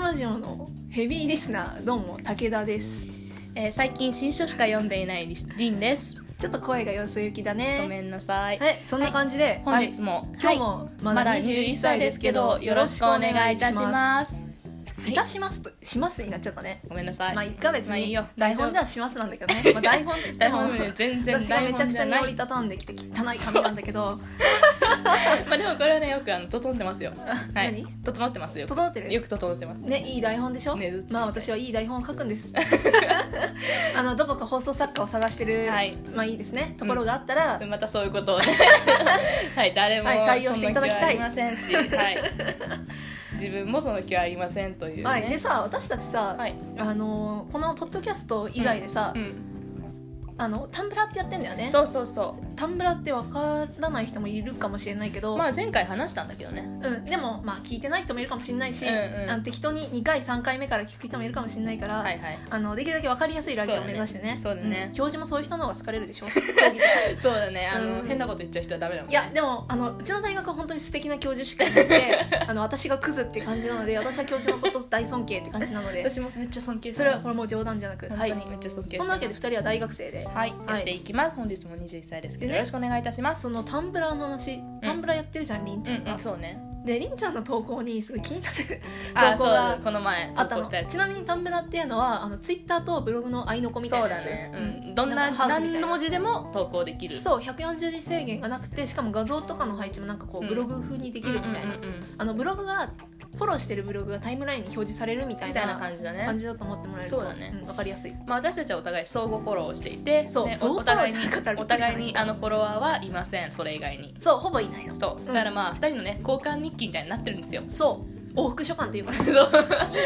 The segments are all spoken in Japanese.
ラジオのヘビーリスナーどうも武田ですえー最近新書しか読んでいないりりんです。ちょっと声がよそ行きだごねめんなさい。はいそんな感じで、本日も、はい今日もまだまだ21 21歳歳でですすけけどどよろしくお願いいたします。はいいたしますとしますになっちゃったねごめんなさい。まあ一ヶ別まあいいによ台本ではしますなんだけどね、まあ、台本って言って 台も本ね全然私がめちゃくちゃに折り台本じたたんできて汚い紙なんだけ どゃ ないまあでもこれはねよくあの整ってますよ。はい何。整ってますよ。整ってよるく整ってます。ねいい台本でしょ、ねずっとまあ私はいい台本を書くんです あのどこか放送作家を探してる、はいまあいいですねところがあったら、でまたそういうこと をね。 はい誰もはい採用していただきたいそんな気はありませんし、はい。自分もその気はありませんというね。はい、でさ私たちさ、はい。あのーこのポッドキャスト以外でさ、うん。あのタンブラーってやってんだよねそうそうそう。タンブラーってわからない人もいるかもしれないけど、まあ前回話したんだけどね。うん、でも、まあ、聞いてない人もいるかもしれないし、うんうんあの適当に2回3回目から聞く人もいるかもしれないから、はいはい。あのできるだけわかりやすいラジオを目指してねそうだねそうだねん教授もそういう人の方が好かれる でしょ講義とかそうだね。あの、うん変なこと言っちゃう人はダメだもいんね。やでもあのうちの大学は本当に素敵な教授しかいなく てあの私がクズって感じなので私は教授のこと大尊敬って感じなので私もめっちゃ尊敬しそてれはまこすれもう冗談じゃなく本は当にいめっちゃ尊敬してそますんなわけで2人は大学生ではい、はいやっていきます。本日も21歳ですけでど、ねよろしくお願いいたします。そのタンブラーの話タンブラーやってるじゃんりんちうゃんん、うがん、そうね。でりんちゃんの投稿にすごい気になるあ、投そ稿うがだ、この前あ投った稿のしたやつ。ちなみにタンブラーっていうのはあのツイッターとブログの合いの子みたいそうなやだつね。うん、どんななんかハーフみたいな何の文字でも投稿できる。そう140字制限がなくてしかも画像とかの配置もなんかこううんブログ風にできるみたいな、うんうんうんうんあのブログがフォローしてるブログがタイムラインに表示されるみたいみたいなな感じだ感ね。じだと思ってもらえるとそうだねん、分かりやすいまあ私たちはお互い相互フォローをしていて、そうね相お互お互いフォローじゃなかったらにびっくりしまお互いすにあのフォロワーはいません。それ以外に。そうほぼいないの。そう。だからまあ二人のね交換日記みたいになってるんですよ そう往復書簡っていうかいいそう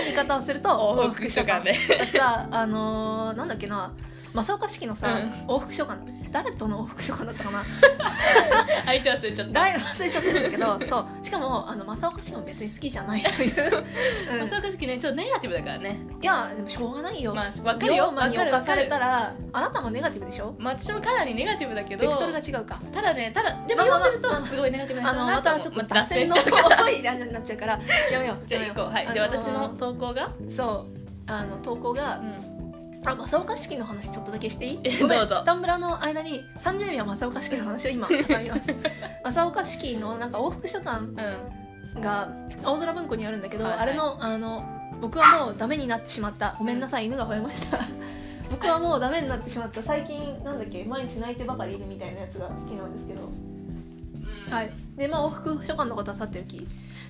言い方をすると往復書簡ね私さあのーなんだっけな正岡式のさ、うん往復書簡誰との往復書簡だったかな相手忘れちゃった。誰忘れちゃったんだけど そうしかもあの正岡式も別に好きじゃないという、まうあんそういう時ねちょっとネガティブだからね。いやでもしょうがないよ、まあわかる龍よ。馬わにかる侵わさかれるた。らあなたもネガティブでしょまあ、私もかなりネガティブだけベどクトルが違うかただねただでまもあまあ読んまあでるとすごいネガティブなあ人のまだなとた思うちょっとまあ脱線のしちゃうから多いラジオになっちゃうからやめようじゃあやめ行こようはいであのー私の投稿がうそうあの投稿があ正岡式の話ちょっとだけしていいえごめんどうぞタンブラの間に30秒正岡式の話を 今挟みます正岡式のなんか往復書館うんが青空文庫にあるんだけど、はいはいあれのあの僕はもうダメになってしまったごめんなさい犬が吠えました 僕はもうダメになってしまった最近なんだっけ毎日泣いてばかりいるみたいなやつが好きなんですけどはい、でまあ往復書館のことはさておき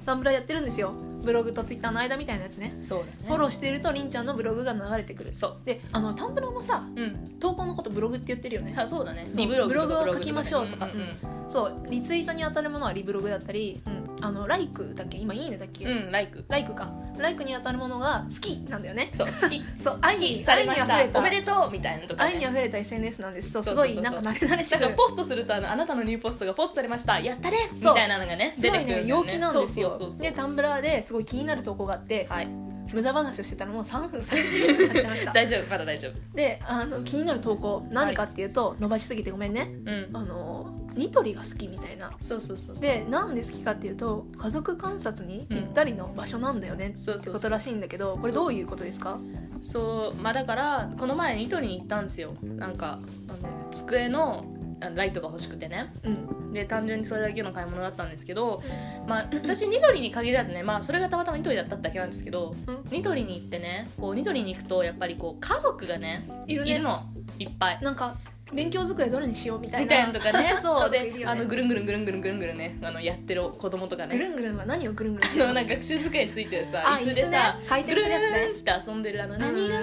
ダンブラやってるんですよブログとツイッターの間みたいなやつねそうだねフォローしているとりんちゃんのブログが流れてくるそうであのタンブラもさうん投稿のことブログって言ってるよねあそうだねそうリブログとかブログを書きましょうとかブログとかそうリツイートに当たるものはリブログだったり、うん、あのライクだっけ今いいねだっけ、うんうんうんライクライクかライクに当たるものが好きなんだよねそう好きそう愛にされまし愛に溢れたたおめでとうみたいなとかね愛にあふれた SNS なんですそうそすうそごうそういなんか慣れ慣れしなんくかポストするとあのあなたのニューポストがポストされましたやったねみそうたいなのがねす出ごていくるねんだ陽よ気なんですよそうそうそうでタンブラーですごい気になる投稿があって、はい無駄話をしてたらもう3分30秒になっちゃいました 大丈夫まだ大丈夫であの気になる投稿何かっていうと、伸ばしすぎてごめんねうんあのニトリが好きみたいなそうそうそうそうでなんで好きかっていうと家族観察にぴったりの場所なんだよねっそうてそうこそとうらしいんだけどこれどういうことですかそうまあだからこの前ニトリに行ったんですよなんかあの机のあライトが欲しくてねうんで単純にそれだけの買い物だったんですけど、まあ、私ニトリに限らずね、まあ、それがたまたまニトリだっただけなんですけどうんニトリに行ってねこうニトリに行くとやっぱりこう家族がねいるいるねのいっぱい。なんか勉強机どれにしようみたいみたいななとかねそう家族いるでよねあのぐるんぐるんぐるんぐるんぐるんぐるんねあのやってる子供とかぐねるんぐるんは何をぐるんぐるんあしてるのなんか学習机についてるさあ椅子で椅さ子ね回ぐ転するるやつねーんって遊んでるあのん何色が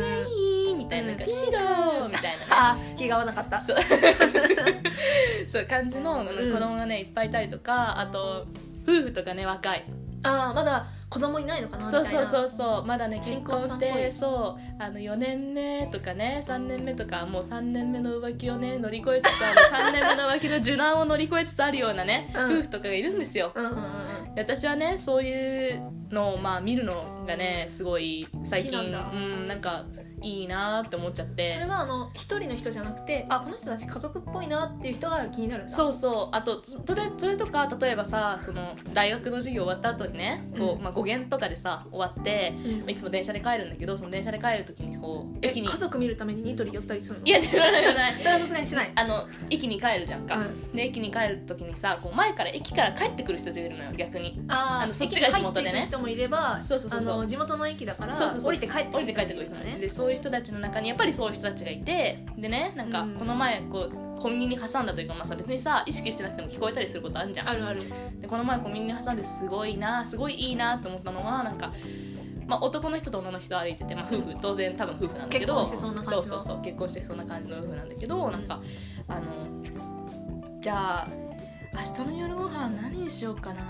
いいみたいななんかうん白みたいなねあ気が合わなかった そうそう感じのあのうん子供がねいっぱいいたりとかあと夫婦とかね若いあーまだ子供いないのかなみたそいうなそうそうそうまだね新結婚婚さんっしぽいてそうあの4年目とかね3年目とかもう3年目の浮気をね乗り越えつつ ある3年目の浮気の受難を乗り越えつつあるようなね、うん夫婦とかがいるんですようんうんうん私はねそういうのをまあ見るのがねすごい最近好きなんうだんなんかいいなって思っちゃっそれてはあの一人の人じゃなくてあこの人たち家族っぽいなっていう人が気になるんだそうそうあとそれそれとか例えばさその大学の授業終わった後にねこううんまあ、語源とかでさ終わってうん、いつも電車で帰るんだけどその電車で帰る時にこうえ駅に家族見るためにニトリ寄ったりするのいや言わない言わないそれはさすがにしないあの駅に帰るじゃんか、うんで駅に帰る時にさこう前から駅から帰ってくる人たちがいるのよ逆にあーあのそっちが地元でね駅に入っていく人もいればそうそうそうそうあの地元の駅だからそうそうそう降りて帰って降りて帰ってくる人もねねでそういう人たちの中にやっぱりそういう人たちがいてでねなんかうんこの前こうコンビニ挟んだというか、まあ、さ別にさ意識してなくても聞こえたりすることあるじゃんあるあるでこの前コンビニ挟んですごいなすごいいいなと思ったのはなんか、まあ、男の人と女の人歩いてて、まあ、夫婦当然多分夫婦なんだけど結婚してそうな感じのそうそうそう結婚してそんな感じの夫婦なんだけど、なんかあのじゃあ明日の夜ご飯何にしようかな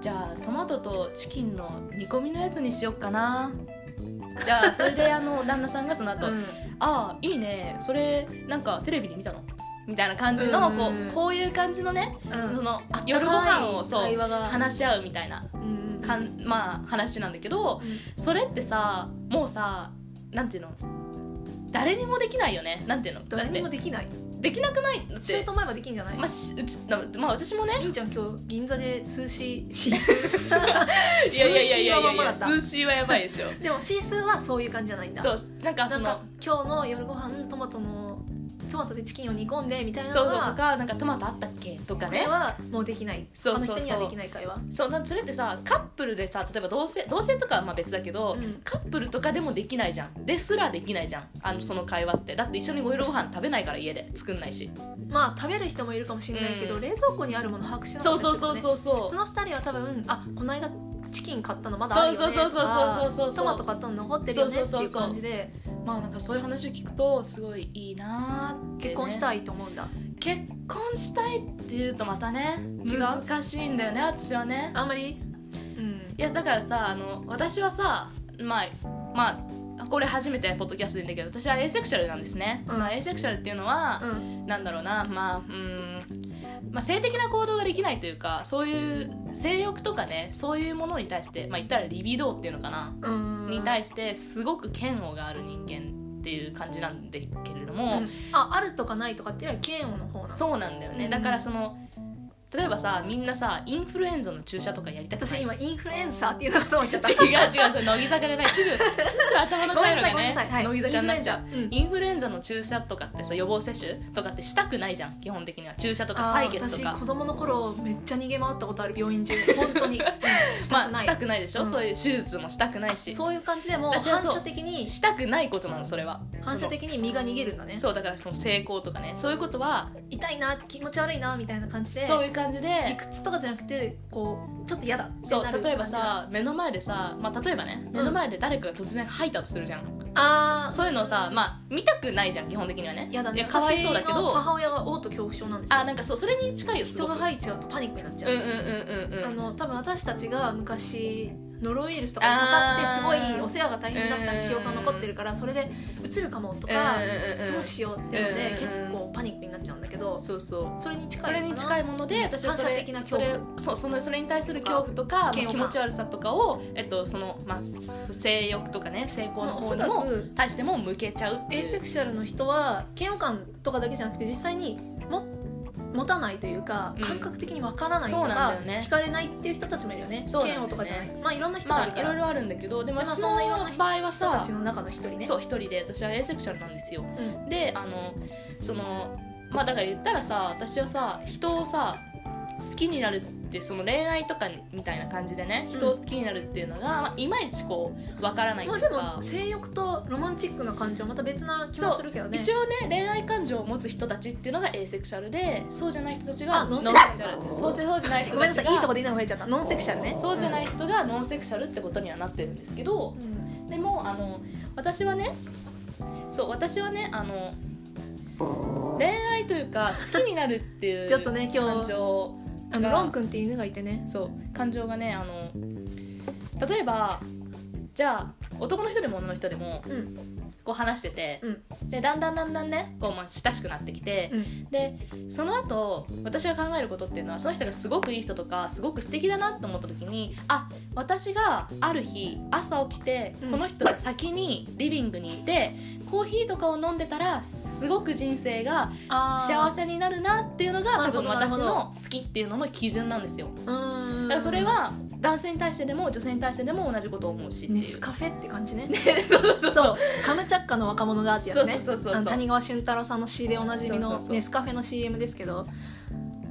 じゃあトマトとチキンの煮込みのやつにしようかなじゃあそれであの旦那さんがその後、うんああいいねそれなんかテレビで見たのみたいな感じの、うんこうんうんうこういう感じのねうんそのあったかい夜ご飯をそう会話が話し合うみたいなうんかん、まあ、話なんだけどそれってさもうさなんていうの誰にもできないよねなんていうのだっ誰にてもできないできなくないだっシュてー、ト前はできんじゃない、まあ、しうちなまあ私 もねいいんちゃん今日銀座でスーシーシー いやいやいやいやいや数字はいや守ら数字はやばいで しょーでもシースーはそういう感じじゃないんだそうなんかなそんのか今日の夜ご飯トマトのトマトでチキンを煮込んでみたいなのそうはそうとかなんかトマトあったっけとかこれねはもうできないそうそうそう他の人にはできない会話そうなんそれってさカップルでさ例えば同性同性とかはまあ別だけど、うんカップルとかでもできないじゃんですらできないじゃんあのその会話ってだって一緒にお昼ご飯食べないから家で作んないしまあ食べる人もいるかもしれないけど、うん冷蔵庫にあるもの把握しなかそっうた人もそうねそうそうそうその二人は多分あこの間チキン買ったのまだあるよねとそうそうそうそうそうそうかトマト買ったの残ってるよねってそういそううそうそう感じでまあなんかそういう話を聞くとすごいいいなーってね、結婚したいと思うんだ、結婚したいっていうとまたね違う難しいんだよね私はねあんまりうんいやだからさあの私はさまあまあこれ初めてポッドキャストで言うんだけど私はエイセクシャルなんですね、うんまあ、エイセクシャルっていうのは、うんなんだろうなまあうーん、まあ、性的な行動ができないというかそういう性欲とかねそういうものに対してまあ言ったらリビドーっていうのかな、うんに対してすごく嫌悪がある人間っていう感じなんだけれどうも、んああるとかないとかっていうより嫌悪の方なのそうなんだよね、うんだからその例えばさみんなさインフルエンザの注射とかやりたくな私い今インフルエンサーっていうのかと思っちゃった 違う違うそれ乃木坂じゃないすぐすぐ頭のごめ回んなさいごめ路がんなね、さい、はい、乃木坂になっちゃうインフルエンザうんインフルエンザの注射とかってさ予防接種とかってしたくないじゃん基本的には注射とか採血とあー私か子供の頃めっちゃ逃げ回ったことある病 院中本当に、うんしたくまあない,、したくないでしょ、うんそういう手術もしたくないしそういう感じでもう反私はそう射的にしたくないことなのそれは反射的に身が逃げるんだねそうだからその成功とかねそういうことは痛いな気持ち悪いなみたいな感じでそういう感じ理で屈とかじゃなくてこうちょっと嫌だってなるそう例えばさ目の前でさ、まあ、例えばねん目の前で誰かが突然吐いたとするじゃん、感じあーそういうのをさまあ見たくないじゃん基本的にはね嫌だねいやかわいそうだけ私のど母親が嘔吐恐怖症なんですよあなんかそうそれに近いよす人ごくが入っちゃうとパニックになっちゃうう、んうんうんうんうんあの多分私たちが昔ノロウイルスとかにかかってあーすごいお世話が大変だった記憶が残ってるからそれでうつるかもとかうんうんうんどうしようっていうのでうん結構パニックになっちゃうんだけどそうそうそれに近いそれに近いいもので私はそ反射れ的な恐それ怖そうそのそれに対する恐怖とか、まあ嫌悪感気持ち悪さとかを、えっとそのまあ、性欲とかね性交のおそ方にらもく対しても向けちゃうっていエイうセクシャルの人は嫌悪感とかだけじゃなくて実際にも持たないというかうん感覚的にわからないとそうなんだか、よね惹かれないっていう人たちもいるよねそうな嫌んだよね悪とかじゃないまあいろんな人がいまあるいから、ろいろあるんだけどでもまあ私そんのないろんな人場合は人たさちの中の一人ねそう一人で私はエイセクシャルなんですようん、うんであのそのまあだから言ったらさ私はさ人をさ好きになるってその恋愛とかみたいな感じでね人を好きになるっていうのが、まあ、いまいちこうわからないまとあいうかで、も性欲とロマンチックな感情はまた別な気もするけどね一応ね恋愛感情を持つ人たちっていうのがエイセクシャルでそうじゃない人たちあがノノンンセセククシシャャルルそうじゃない人たちがごめんなさいいいとこでいいの増えちゃったノンセクシャルね、そうじゃないい人がノンセクシャルってことにはなってるんですけどうんでもあの私はねそう私はねあの恋愛というか好きになるってい うちょっとね今日感情あのロン君って犬がいてねそう感情がねあの例えばじゃあ男の人でも女の人でもうんこう話してて、うんでだんだんだんだんねこうまあ親しくなってきて、うでその後私が考えることっていうのはその人がすごくいい人とかすごく素敵だなと思った時にあ私がある日朝起きてうんこの人が先にリビングにいて、コーヒーとかを飲んでたらすごく人生が幸幸せせになるなっていうのがな多るほ分どなる私ほどの好きっていうのの基準なんですようーだんからそれは男性に対してでも女性に対してでも同じことを思うしっていうネスカフェって感じねそうそうそ うそうカムチャッカの若者がってやつねそうそうそうそうあの谷川俊太郎さんの詩でおなじみそのうそうそうネスカフェの CM ですけど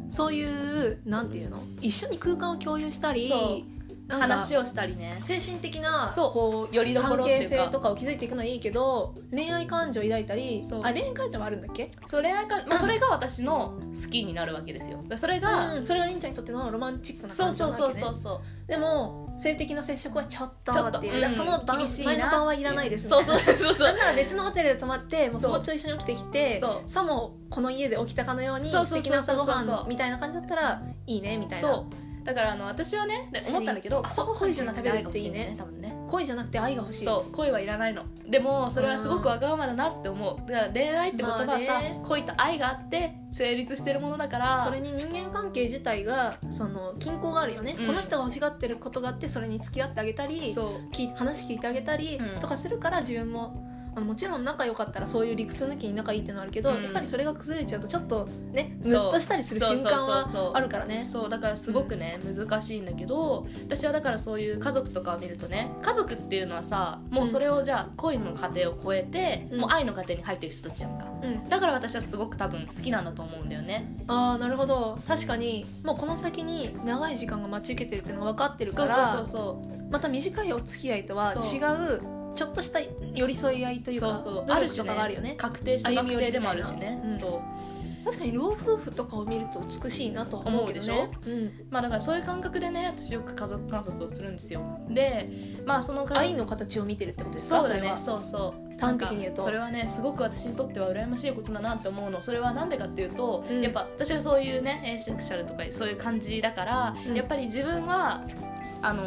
そういうなんていうの一緒に空間を共有したりそなんか話をしたりね精神的なそうこよりうどこ関ろってい係うか性とかを築いていくのはいいけど恋愛感情を抱いたりそうあ恋愛感情もあるんだっけそれが、まあ、それが私の好きになるわけですよだからそれが、うんそれがりんちゃんにとってのロマンチックなそ感う情そうなわけ、そね、うそうそうでも性的な接触はちょっとちょっとっていううんだからその晩厳しいな前の晩はいらないですみたそいうなそうそうそなんうなら別のホテルで泊まってもうそう早朝一緒に起きてきてそさもこの家で起きたかのようにそう素そうそう敵な朝ごはそうそんうみたいな感じだったらいい ねみたいなそうだからあの私はねで思ったんだけど朝ごはん一緒に食べるっていいね多分ね恋じゃなくて愛が欲しいそう恋はいらないのでもそれはすごくわがままだなって思うだから恋愛って言葉まあはさ、ね恋と愛があって成立してるものだからそれに人間関係自体がその均衡があるよね、うんこの人が欲しがってることがあってそれに付き合ってあげたりそうき話聞いてあげたりうんとかするから自分もあのもちろん仲良かったらそういう理屈抜きに仲いいってのはあるけど、うんやっぱりそれが崩れちゃうとちょっとねムそうッとしたりする瞬間そうそうそうそはうあるからねそうだからすごくね、難しいんだけど私はだからそういう家族とかを見るとね家族っていうのはさもうそれをじゃあ恋の過程を超えて、うんもう愛の過程に入ってる人たちやんかうん、だから私はすごく多分好きなんだと思うんだよねあーなるほど確かにもうこの先に長い時間が待ち受けてるっていうのが分かってるかそうらそうそうそうまた短いお付き合いとはそう違うちょっとした寄り添い合いというそかうそう努力とかがあるよね確定した確歩み寄り定みたでいなもあるしね、うんそう確かに老夫婦とかを見ると美しいなとは思うけどね思ううん、まあだからそういう感覚でね私よく家族観察をするんですよでまあその家族愛の形を見てるってことですかそうだねそそうそう端的に言うとなんかそれはねすごく私にとっては羨ましいことだなって思うのそれはなんでかっていうと、うんやっぱ私はそういうねエイセクシャルとかそういう感じだから、うんやっぱり自分はあの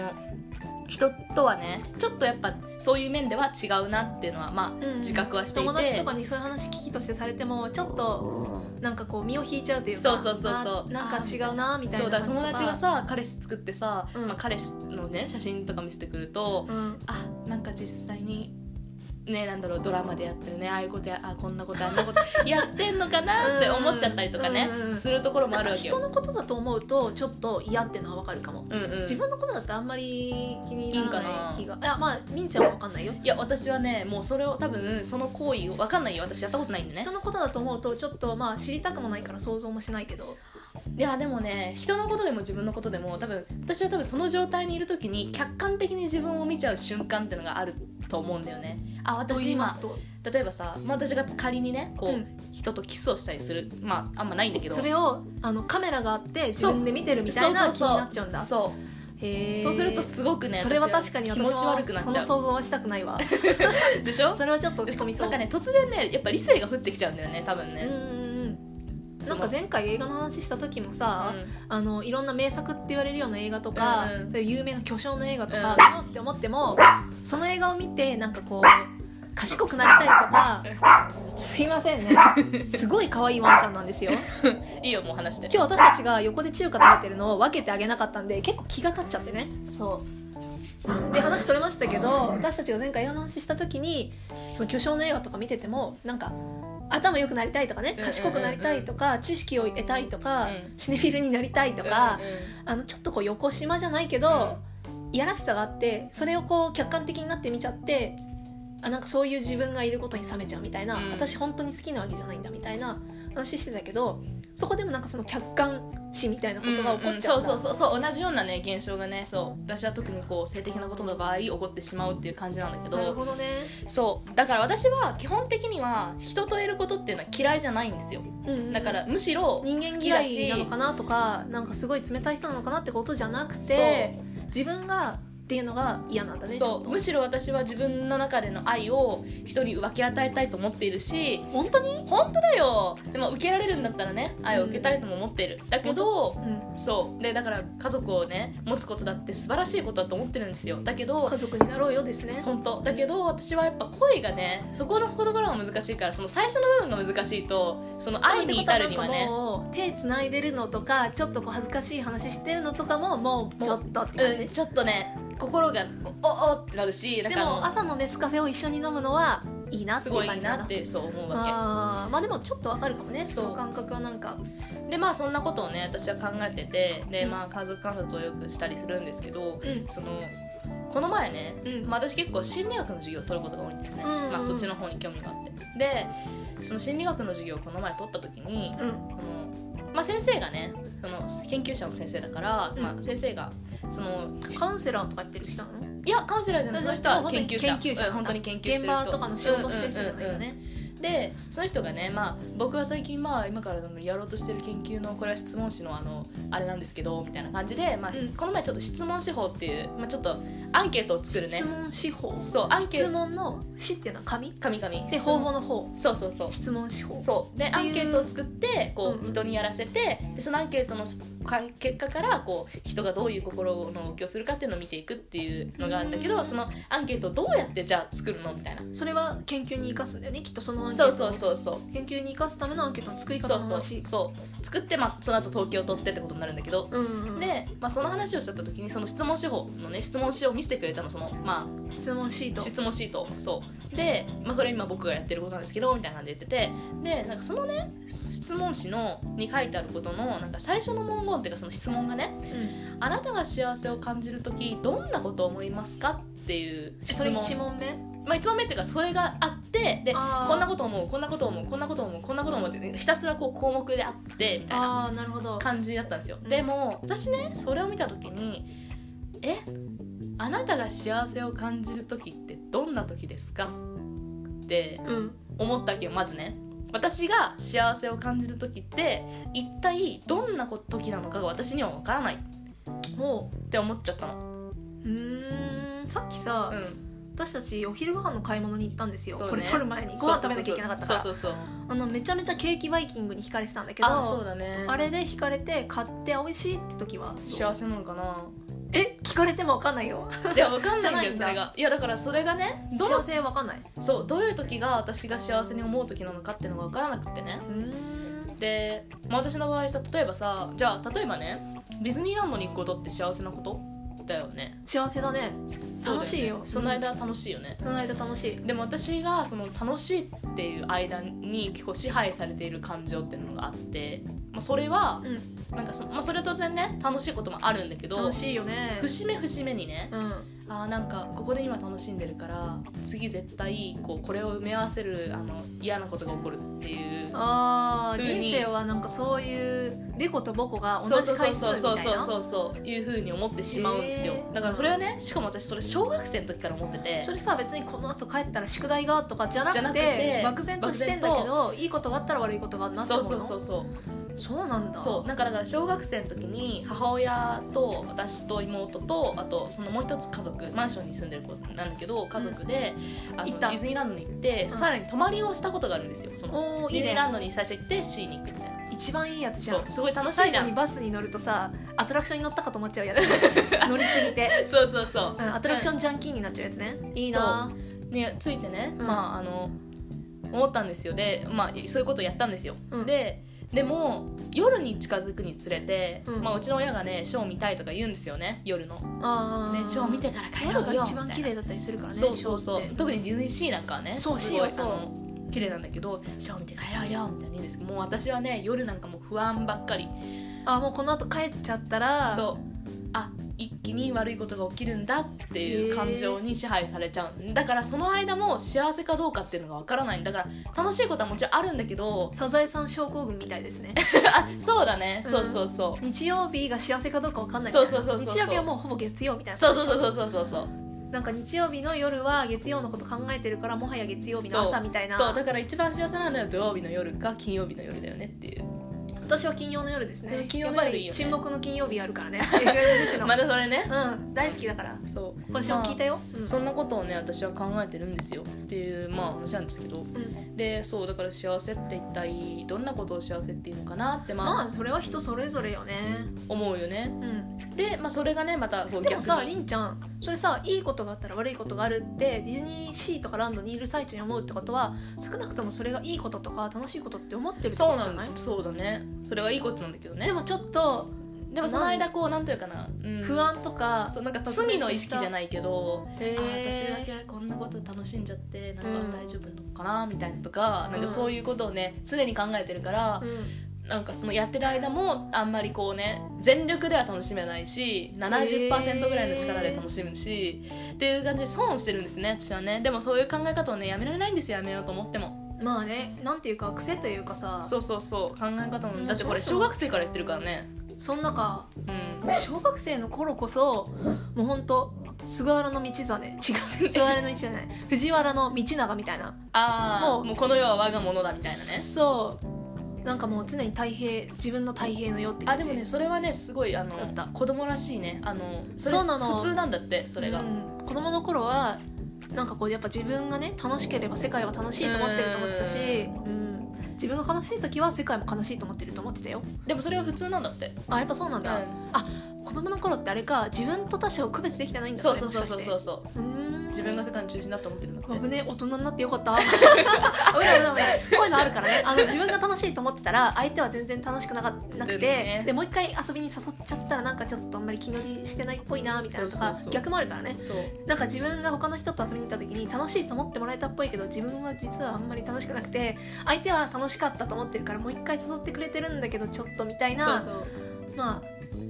人とはねちょっとやっぱそういう面では違うなっていうのはまあ、うん自覚はしていて友達とかにそういう話聞きとしてされてもちょっとなんかこう身を引いちゃうというかそうそうそうそうあなんか違うなみたいそな感じとうだからか友達がさ彼氏作ってさ、うんまあ、彼氏のね写真とか見せてくると、うんあなんか実際にねなんだろうドラマでやってるねああいうことやあこんなことあんなこと やってんのかなって思っちゃったりとかねうんうんうんするところもなあんるかわけ人よ。のことだと思うとちょっと嫌ってのはわかるかも、うんうん、自い分のことだってあんまり気にならないい気いがいやまありんちゃんはわかんないよや私はねもうそれを多分その行為を分かんないよ私やったことないんでね人のことだと思うとちょっとまあ知りたくもないから想像もしないけどいやでもね人のことでも自分のことでも多分私は多分その状態にいる時に客観的に自分を見ちゃう瞬間ってのがあると思うんだよねあと私言いま今すと例えばさ、まあ、私が仮にねこう、うん人とキスをしたりするまああんまないんだけどそれをあのカメラがあって自分で見てるみたいな気になっちゃうんだそうへーそうするとすごくねそれは私確かに気私持もち悪くなっちゃその想像はしたくないわうでしょそれはちょっと落ち込みそなうんかね突然ねやっぱ理性が降ってきちゃうんだよね多分うんうね、んうんそなのんか前回映画の話した時もうんさ、あのいろんな名作って言われるような映画とか、うんうん例えば有名な巨匠の映画とうかん見ようって思っても、その映画を見てなんかこう賢くなりたいとかすいませんねすごい可愛いワンちゃんなんです よいいよもう話して今日私たちが横で中華食べてるのを分けてあげなかったんで結構気が立っちゃってねそうで話取れましたけど私たちが前回お話しした時にその巨匠の映画とか見ててもなんか頭良くなりたいとかねうんうんうんうん賢くなりたいとか、知識を得たいとか、うんシネフィルになりたいとか、うんあのちょっとこう横島じゃないけど、いやらしさがあってそれをこう客観的になって見ちゃってあなんかそういう自分がいることに冷めちゃうみたいな、うん私本当に好きなわけじゃないんだみたいな話してたけどそこでもなんかその客観視みたいなことが起こっちゃううんんだそうそうそうそう同じようなね現象がねそう私は特にこう性的なことの場合起こってしまうっていう感じなんだけどなるほどねそうだから私は基本的には人といることっていうのは嫌いじゃないんですようんうんだからむしろ人間好き嫌だいしなのかなとかなんかすごい冷たい人なのかなってことじゃなくて自分がっていうのが嫌なんだねそうむししろ私は自分の中での愛を人に分け与えたいと思っているし本当に本当だよでも受けられるんだったらね愛を受けたいとも思ってる、だけどうんそうでだから家族をね持つことだって素晴らしいことだと思ってるんですよだけど家族になろうよですね本当だけど私はやっぱ恋がねそこの言葉が難しいからその最初の部分が難しいとその愛に至るにはってねことはなんかもう手つないでるのとかちょっとこう恥ずかしい話してるのとかももうちょっとって感じ、うんちょっとね心がおおおってなるしなんでかあのも朝のネスカフェを一緒に飲むのはいいなってすいうごい感じなだってそう思うわけあーまあでもちょっとわかるかもねそうその感覚はなんかでまあそんなことをね私は考えててで、うんまあ、家族観察をよくしたりするんですけどうんそのこの前ね、うんまあ、私結構心理学の授業を取ることが多いんですね、うんうんまあ、そっちの方に興味があってでその心理学の授業をこの前取った時に、うんそのまあ、先生がねその研究者の先生だから、うんまあ、先生がそのカウンセラーとかやってる人なのいやカウンセラーじゃないその人は研究者研究者うん本当に研究してる人現場とかの仕事をしてる人じゃないうんうんうんうよねんでその人がね、まあ、僕は最近、まあ、今からやろうとしてる研究のこれは質問紙のあのあれなんですけどみたいな感じで、まあうんこの前ちょっと質問手法っていう、まあ、ちょっとアンケートを作るね質問司法そうアンケ質ート問の「し」っていうのは紙神々で質問方法の方そうそうそう質問司法そうでってアいうンケートを作ってこうんううん人にやらせてでそのアンケートのか結果からこう人がどういう心の動きをするかっていうのを見ていくっていうのがあるんだけうどんそのアンケートをどうやってじゃあ作るのみたいなそれは研究に生かすんだよねきっとそのアンケートそうをそうそうそう研究に生かすためのアンケートの作りそ方うのそう話そう作って、まあ、その後統計を取ってってことになるんだけど、うんうんで、まあ、その話をしちゃった時にその質問手法のね質問紙を見せてくれたのその、ま質問シーあ、ト質問シートそうで、まあ、それ今僕がやってることなんですけどみたいな感じで言っててでなんかそのね質問紙のに書いてあることのなんか最初の文言っていうかその質問がねうん「あなたが幸せを感じる時どんなことを思いますか?」っていうえ質それ問1問目まあ、1問目っていうかそれがあってであーこんなこと思うこんなこと思うこんなこと思うこんなこと思うって、ね、ひたすらこう項目であってみたいなああなるほど感じだったんですよ、うんでも私ねそれを見た時に「えあなたが幸せを感じる時ってどんな時ですか?」ってうん思ったわけよまずね私が幸せを感じる時って一体どんな時なのかが私には分からないっもて思っちゃったの、ううーんさっきさ、うん、私たちお昼ご飯の買い物に行ったんですよ、そうねこれ撮る前にご飯食べなきゃいけなかったからそうそうそうそうあのめちゃめちゃケーキバイキングに惹かれてたんだけどあそうだねあれで惹かれて買って美味しいって時は幸せなの かなえ聞かれても分かんないよいや分かんないんだよじそゃないんだれがいやだからそれがねど幸うせ分かんないそうどういう時が私が幸せに思う時なのかっていうのが分からなくってねうーんで、まあ、私の場合さ例えばさじゃあ例えばねディズニーランドに行くことって幸せなことだよね幸せだねそうだ楽しいよその間は楽しいよね、その間楽しいでも私がその楽しいっていう間に結構支配されている感情っていうのがあって、まあ、それはうんなんかそ,、まあ、それは当然ね楽しいこともあるんだけど楽しいよね節目節目にねうんあーなんかここで今楽しんでるから次絶対こうこれを埋め合わせるあの嫌なことが起こるっていうあー風に人生はなんかそういうデコとボコが同じ回数みたいそうそなうそうそうそうそういうふうに思ってしまうんですよ、へーだからそれはねしかも私それ小学生の時から思っててそれさ別にこの後帰ったら宿題がとかじゃなくじてゃなくて漠然としてんだけどいいことがあったら悪いことがあるなってそう思うそのうそうそうそうなんだそうなんかだから小学生の時に母親と私と妹とあとそのもう一つ家族マンションに住んでる子なんだけど家族で、あのデ行ったィズニーランドに行って、んさらに泊まりをしたことがあるんですよそのおーいいディズニーねランドに最初行って C に行くみたいな一番いいやつじゃんそうすごい楽しいじゃん最後にバスに乗るとさアトラクションに乗ったかと思っちゃうやつ 乗りすぎて、そうそうそううん、アトラクションジャンキーになっちゃうやつねいいなね、ついてね、うんまああの思ったんですよで、まあ、そういうことをやったんですよ、うんででも夜に近づくにつれて、うんまあ、うちの親がねショー見たいとか言うんですよね夜の、ね、あーショー見てから帰ろ夜うがよ一番みたいな綺麗だったりするからねそうそうそショーっうて特にディズニーシーなんかはねそうすごい C はそうあの綺麗なんだけどショー見て帰ろうよみたいに言うんですけどもう私はね夜なんかもう不安ばっかりあもうこの後帰っちゃったらそうあ一気に悪いことが起きるんだっていう感情に支配されちゃうだからその間も幸せかどうかっていうのがわからないだから楽しいことはもちろんあるんだけどサザエさん症候群みたい ですねあそうだね、うんそうそうそう日曜日が幸せかどうかわかんないみたいなそうそうそうそう日曜日はもうほぼ月曜みたいなそうそうそうそうそうそうなんか日曜日の夜は月曜のこと考えてるからもはや月曜日の朝みたいなそうだから一番幸せなのは土曜日の夜か金曜日の夜だよねっていう私は金曜の夜ですでねも金曜やっのぱ夜いいよりね沈黙の金曜日ある からね NHK のまだそれねうん大好きだからそう今週も聞いたよ、うんそんなことをね私は考えてるんですよっていうまあ話なんですけどうんでそうだから幸せって一体どんなことを幸せっていうのかなってままああそれは人それぞれよね思うよねうんで、まあ、それがねまたこうでもさ逆りにんちゃんそれさいいことがあったら悪いことがあるってディズニーシーとかランドにいる最中に思うってことは少なくともそれがいいこととか楽しいことって思ってるってそこうとなじゃないんそうだねそれはいいことなんだけどねでもちょっとでもその間こうなんというかな、うん不安とか、そうなんか罪の意識じゃないけど、へあー私だけこんなこと楽しんじゃってなんうんか大丈夫なのかなみたいなとか、なんかうんそういうことをね常に考えてるからう、んなんかそのやってる間もあんまりこうね全力では楽しめないし70%ぐらいの力で楽しむし、っていう感じで損してるんですね私はねでもそういう考え方をねやめられないんですよやめようと思ってもまあねなんていうか癖というかさそうそうそう考え方うのんだってこれそうそう小学生からやってるからねそん中うん小学生の頃こそもうほんと菅原道真違う菅原の道じゃない藤原の道長みたいなああももううこの世は我が物だみたいなねそうなんかもう常に太平自分の太平の世ってあ感じでもねそれはねすごいあのだった子供らしいねあのそれそうなの普通なんだってそれが、うん子供の頃はなんかこうやっぱ自分がね楽しければ世界は楽しいと思ってると思ってたし、うん、自分が悲しい時は世界も悲しいと思ってると思ってたよでもそれは普通なんだって、あやっぱそうなんだ、子供の頃ってあれか自分と他者を区別できてないんだそうそうそうそうそううそううーん自分が世界の中心だと思ってるんだって危ねえ大人になってよかった 危ない危ない危ないこういうのあるからねあの自分が楽しいと思ってたら相手は全然楽しくなかなくて、だよねでもう一回遊びに誘っちゃったらなんかちょっとあんまり気乗りしてないっぽいなみたいなとかそうそうそう逆もあるからねそうなんか自分が他の人と遊びに行った時に楽しいと思ってもらえたっぽいけど自分は実はあんまり楽しくなくて相手は楽しかったと思ってるからもう一回誘ってくれてるんだけどちょっとみたいそうなそうまあ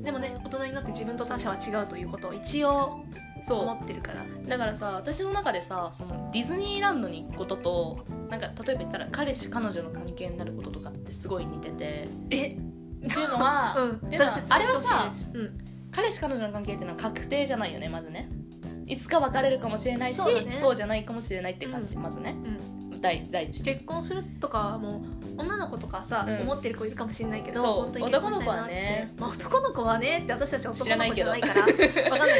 でもね大人になって自分と他者は違うということを一応そう思ってるからだからさ私の中でさそのディズニーランドに行くこととなんか例えば言ったら彼氏彼女の関係になることとかってすごい似ててえっていうのは、うんっていうのはあれはさうん彼氏彼女の関係っていうのは確定じゃないよねまずねいつか別れるかもしれないしそそうう,、だねじゃないかもしれないって感じ、うまずねうん第第一結婚するとかも女の子とかさ、うん思ってる子いるかもしれないけどそう本当に結婚したいなって男の子はねまあ、男の子はねって私たちは男の子じゃないからわかんない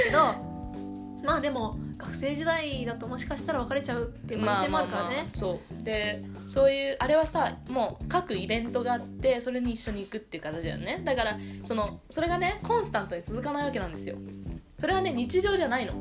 けど まあでも学生時代だともしかしたら別れちゃうっていう可能性もあるからね、そうでそういうあれはさもう各イベントがあってそれに一緒に行くっていう形だよねだからそのそれがねコンスタントに続かないわけなんですよそれはね日常じゃないの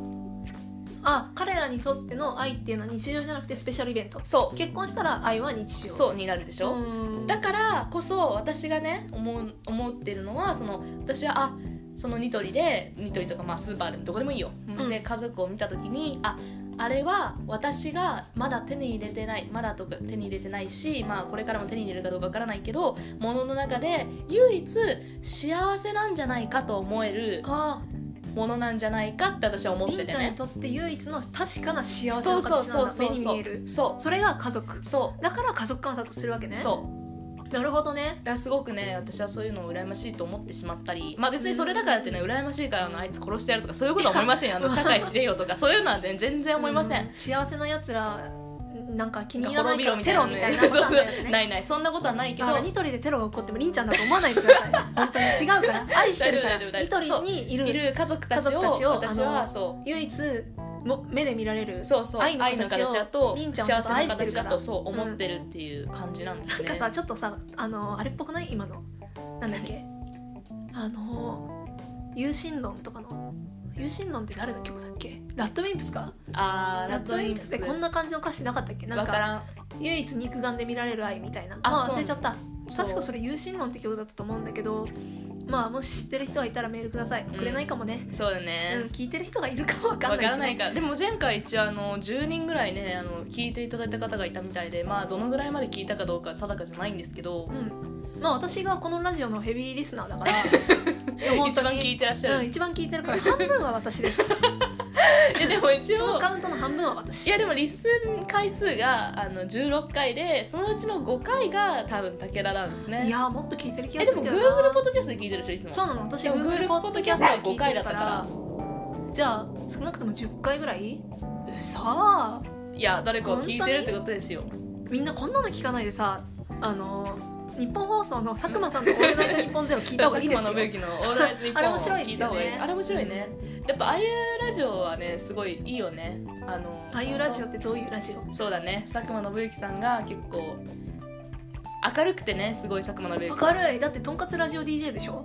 あ彼らにとっての愛っていうのは日常じゃなくてスペシャルイベントそ結婚したら愛は日う常そうになるでしょ、うんだからこそ私がね思う思ってるのはその私はあそのニトリでニトリとかまあスーパーでもどこでもいいよ、んで家族を見た時にああれは私がまだ手に入れてないまだとか手に入れてないし、まあ、これからも手に入れるかどうかわからないけどものの中で唯一幸せなんじゃないかと思えるあものなんじゃないかって私は思っりてんてちゃんにねとって唯一の確かな幸せそのうそう形なそんうだそ目うに見えそうるそそれが家族うそだから家族観察するわけうねそうなるほどねだからすごくね私はそういうのを羨ましいと思ってしまったりまあ別にそれだからってね羨ましいからあのあいつ殺してやるとかそういうことは思いませんよあ の社会知れよとかそういうのは、ね、全然思いません、う幸せなやつらなんか気に入らな滅いびかろらみたテいロみたいななねことなんだよなねい ないそんなことはないけだどからニトリでテロが起こってもりんちゃんだと思わないでください本当に違う から愛してるか大丈ら夫大ニ丈ト夫リにいるいる家族たちを家族たちを私あはのそ唯一も目で見られるうそうそう愛愛のの形を形だとりんちゃんのこ幸せとの愛してる形からだとそう思ってるっていう感じなんでなすんかね、さちょっとさあのあれっぽくない今のなんだっけあの有神論とかの有神論って誰の曲だっけラッドウィンプスかあーラッドウィンプラスッドウってこんな感じの歌詞なかったっけなんわかからん唯一肉眼で見られる愛みたいなああそう忘れちゃったそう確かそれ「有心論」って曲だったと思うんだけどまあもし知ってる人がいたらメールください送れないかもね、そうだうんね、聞いてる人がいるかもわかわんないし、ね、からないからでも前回一応あの10人ぐらいねあの聞いていただいた方がいたみたいでまあどのぐらいまで聞いたかどうか定かじゃないんですけ どうんまあ私がこのラジオのヘビーリスナーだからや本当に 一番聞いてらっしゃうん、る、一番聞いてるから半分は私ですいやでも一その応カウントの半分は私いやでもリスン回数があの16回でそのうちの5回が多分武田なんですねいやーもっと聞いてる気がえすでるもけ Google どなポッドキャストで聞いてるでしょいつそうもなの私でも Google Google ポッドキャストはポ5ッドキャストは回だったからじゃあ少なくとも10回ぐらいうさーいや誰かを聞いてるってことですよみんなこんなの聞かないでさあのー日本放送の佐久間さんの「オールナイトニッポンゼロ聞いた方がいいですよ佐久間信之の「オールナイトニッ ポン」あれ面白いですよね聞た方があれ面白いねやっぱああいうラジオはねすごいいいよねあのああいうラジオってどういうラジオそうだね佐久間信之さんが結構明るくてねすごい佐久間信之さん明るいだってとんかつラジオ DJ でしょ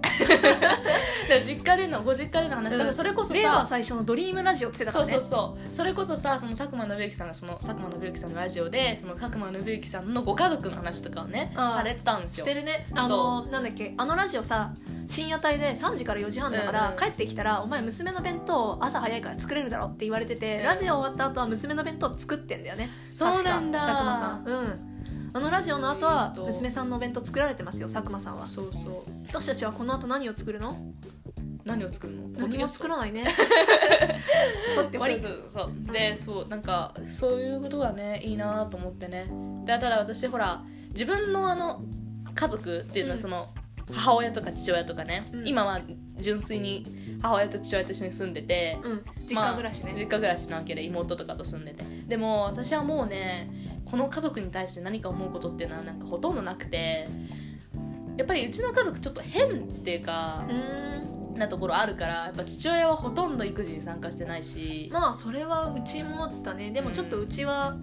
でも実家でのご実家での話だからそれこそ令和さ、最初の「ドリームラジオ」って言ってたかそらうねそうそうそれこそさその佐久間信之さんがその佐久間信之さんのラジオでその佐久間信之さんのご家族の話とかをねああされてたんですよしてるねあのなんだっけあのラジオさ深夜帯で3時から4時半だから、うんうん帰ってきたら「お前娘の弁当朝早いから作れるだろ」って言われてて、うんラジオ終わった後は娘の弁当作ってんだよねそうなんだ確か佐久間さんうんあのラジオの後は娘さんのお弁当作られてますよ佐久間さんはそうそう私たちはこの後何を作るの何を作るの何も作らない ねだって終わりそうそうそうでそうなんかそういうことがねいいなと思ってねでただ私ほら自分のあの家族っていうのうはんその、母親とか父親とかね、うん今は純粋に母親と父親と一緒に住んでて、うん実家暮らしね、まあ実家暮らしなわけで妹とかと住んでてでも私はもうねこの家族に対して何か思うことっていうのはなんかほとんどなくてやっぱりうちの家族ちょっと変っていうかう、ーんなところあるからやっぱ父親はほとんど育児に参加してないし、まあそれはうちもだねでもちょっとうちは、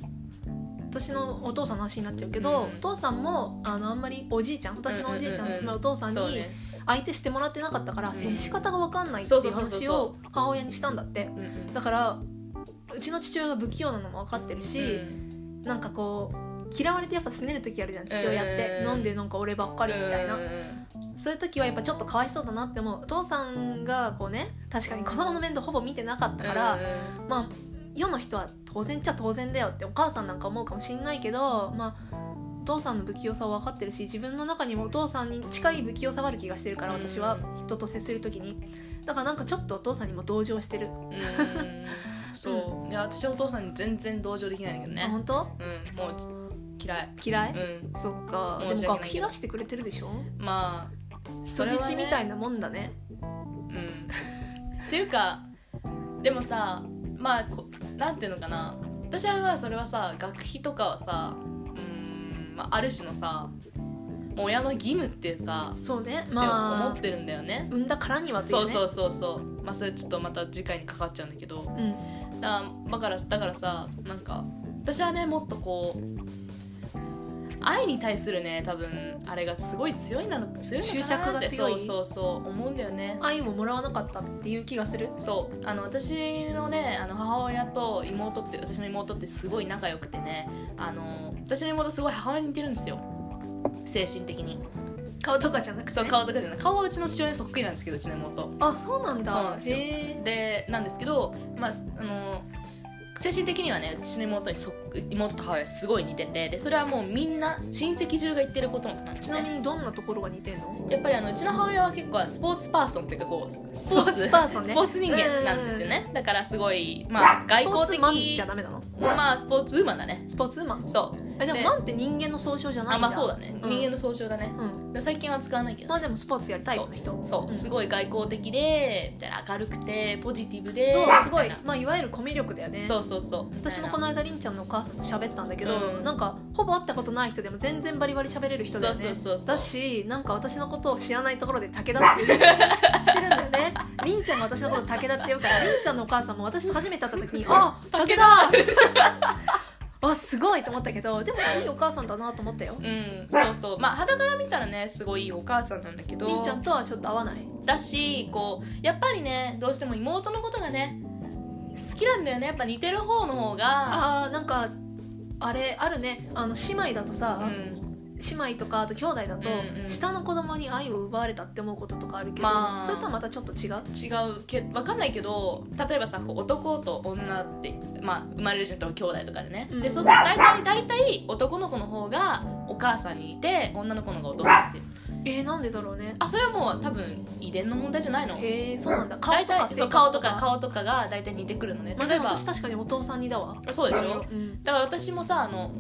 私のお父さんの話になっちゃうけど、うんお父さんもあのあんまりおじいちゃん私のおじいちゃん,、うんうんうんつまりお父さんにそうね相手してもらってなかったから、うん接し方が分かんないっていうそうそうそう話そを母親にしたんだってうんうんだからうちの父親が不器用なのも分かってるし、なんかこう嫌われてやっぱ拗ねる時あるじゃん父親って、うんなんでなんか俺ばっかりみたいな、うんうんそういう時はやっぱちょっとかわいそうだなって思うお父さんがこうね確かに子供の面倒ほぼ見てなかったから、うんまあ世の人は当然っちゃ当然だよってお母さんなんか思うかもしんないけどまあお父さんの不器用さは分かってるし自分の中にもお父さんに近い不器用さはある気がしてるからうん私は人と接する時にだからなんかちょっとお父さんにも同情してる、うんそういや私はお父さんに全然同情できないんだけどあね本当うんもう嫌い嫌い、うんそっかで申もし訳ない学費出してくれてるでしょまあ人それは質みねたいなもんだねうんっていうかでもさまあこなんていうのかな私はまあそれはさ学費とかはさうん、まあ、ある種のさ親の義務っていうかそうねって思まっあてるんだよね、産んだからにはっていそうねうそうそうそうまあそれちょっとまた次回にかかっちゃうんだけどうんだだからだからさなんか私はねもっとこう愛に対するね多分あれがすごい強いなの強いのかなって執着が強いそうそうそう思うんだよね愛をもらわなかったっていう気がするそうあの私のねあの母親と妹って私の妹ってすごい仲良くてねあの私の妹すごい母親に似てるんですよ精神的に顔とかじゃなくて、ね、そう顔とかじゃない顔はうちの父親にそっくりなんですけどうちの妹あそうなんだそうなんですよへえでなんですけど、まあ、あの精神的にはねうちの妹にそっ妹と母親すごい似ててでそれはもうみんな親戚中が言ってることなんでちすなみねにどんなところが似てんのやっぱりあのうちの母親は結構スポーツパーソンっていうかこうスポーツスポーツパーソンねスポーツ人間なんですよねだからすごいまあ外外交交的的マンじゃダメなのまあスポーツウーマンだねスポーツウーマンそうえでもねマンって人間の総称じゃないあんだまあそうだね、うん人間の総称だねうんでも最近は使わないけどね、まあでもスポーツやるタイプの人そう、んすごい外交的でみたいな明るくてポジティブでそうすごみいたなまあいわゆるコミュ力だよねそうそうそう私もこの間りんちゃんのお母さんと喋ったんだけど、うんなんかほぼ会ったことない人でも全然バリバリ喋れる人だよねそうそうそうそうだしなんか私のことを知らないところで武田って言うしてるんだよ ねりんちゃんが私のことを武田って言うからりんちゃんのお母さんも私と初めて会った時に「あ武田! あ」すごいと思ったけどでもいいお母さんだなと思ったようん、そうそうまあ肌から見たらねすごいいいお母さんなんだけどりんちゃんとはちょっと合わないだしこうやっぱりねどうしても妹のことがね好きなんだよねやっぱ似てる方の方があーなんかあれあるねあの姉妹だとさ、うん姉妹とかあと兄弟だと、うんうん下の子供に愛を奪われたって思うこととかあるけど、まあそれとはまたちょっと違う違うけ分かんないけど例えばさこう男と女って、まあ、生まれるじゃんと兄弟とかでね、うんでそうすると大体大体男の子の方がお母さんにいて女の子の方が男ってえー、なんでだろうねあそれはもう多分遺伝の問題じゃないのえー、そうなんだ顔大とか体性そう格顔とか顔とかが大体似てくるのねまあ、例でえもば私確かにお父さんにだわそうでしょうんだから私もさあの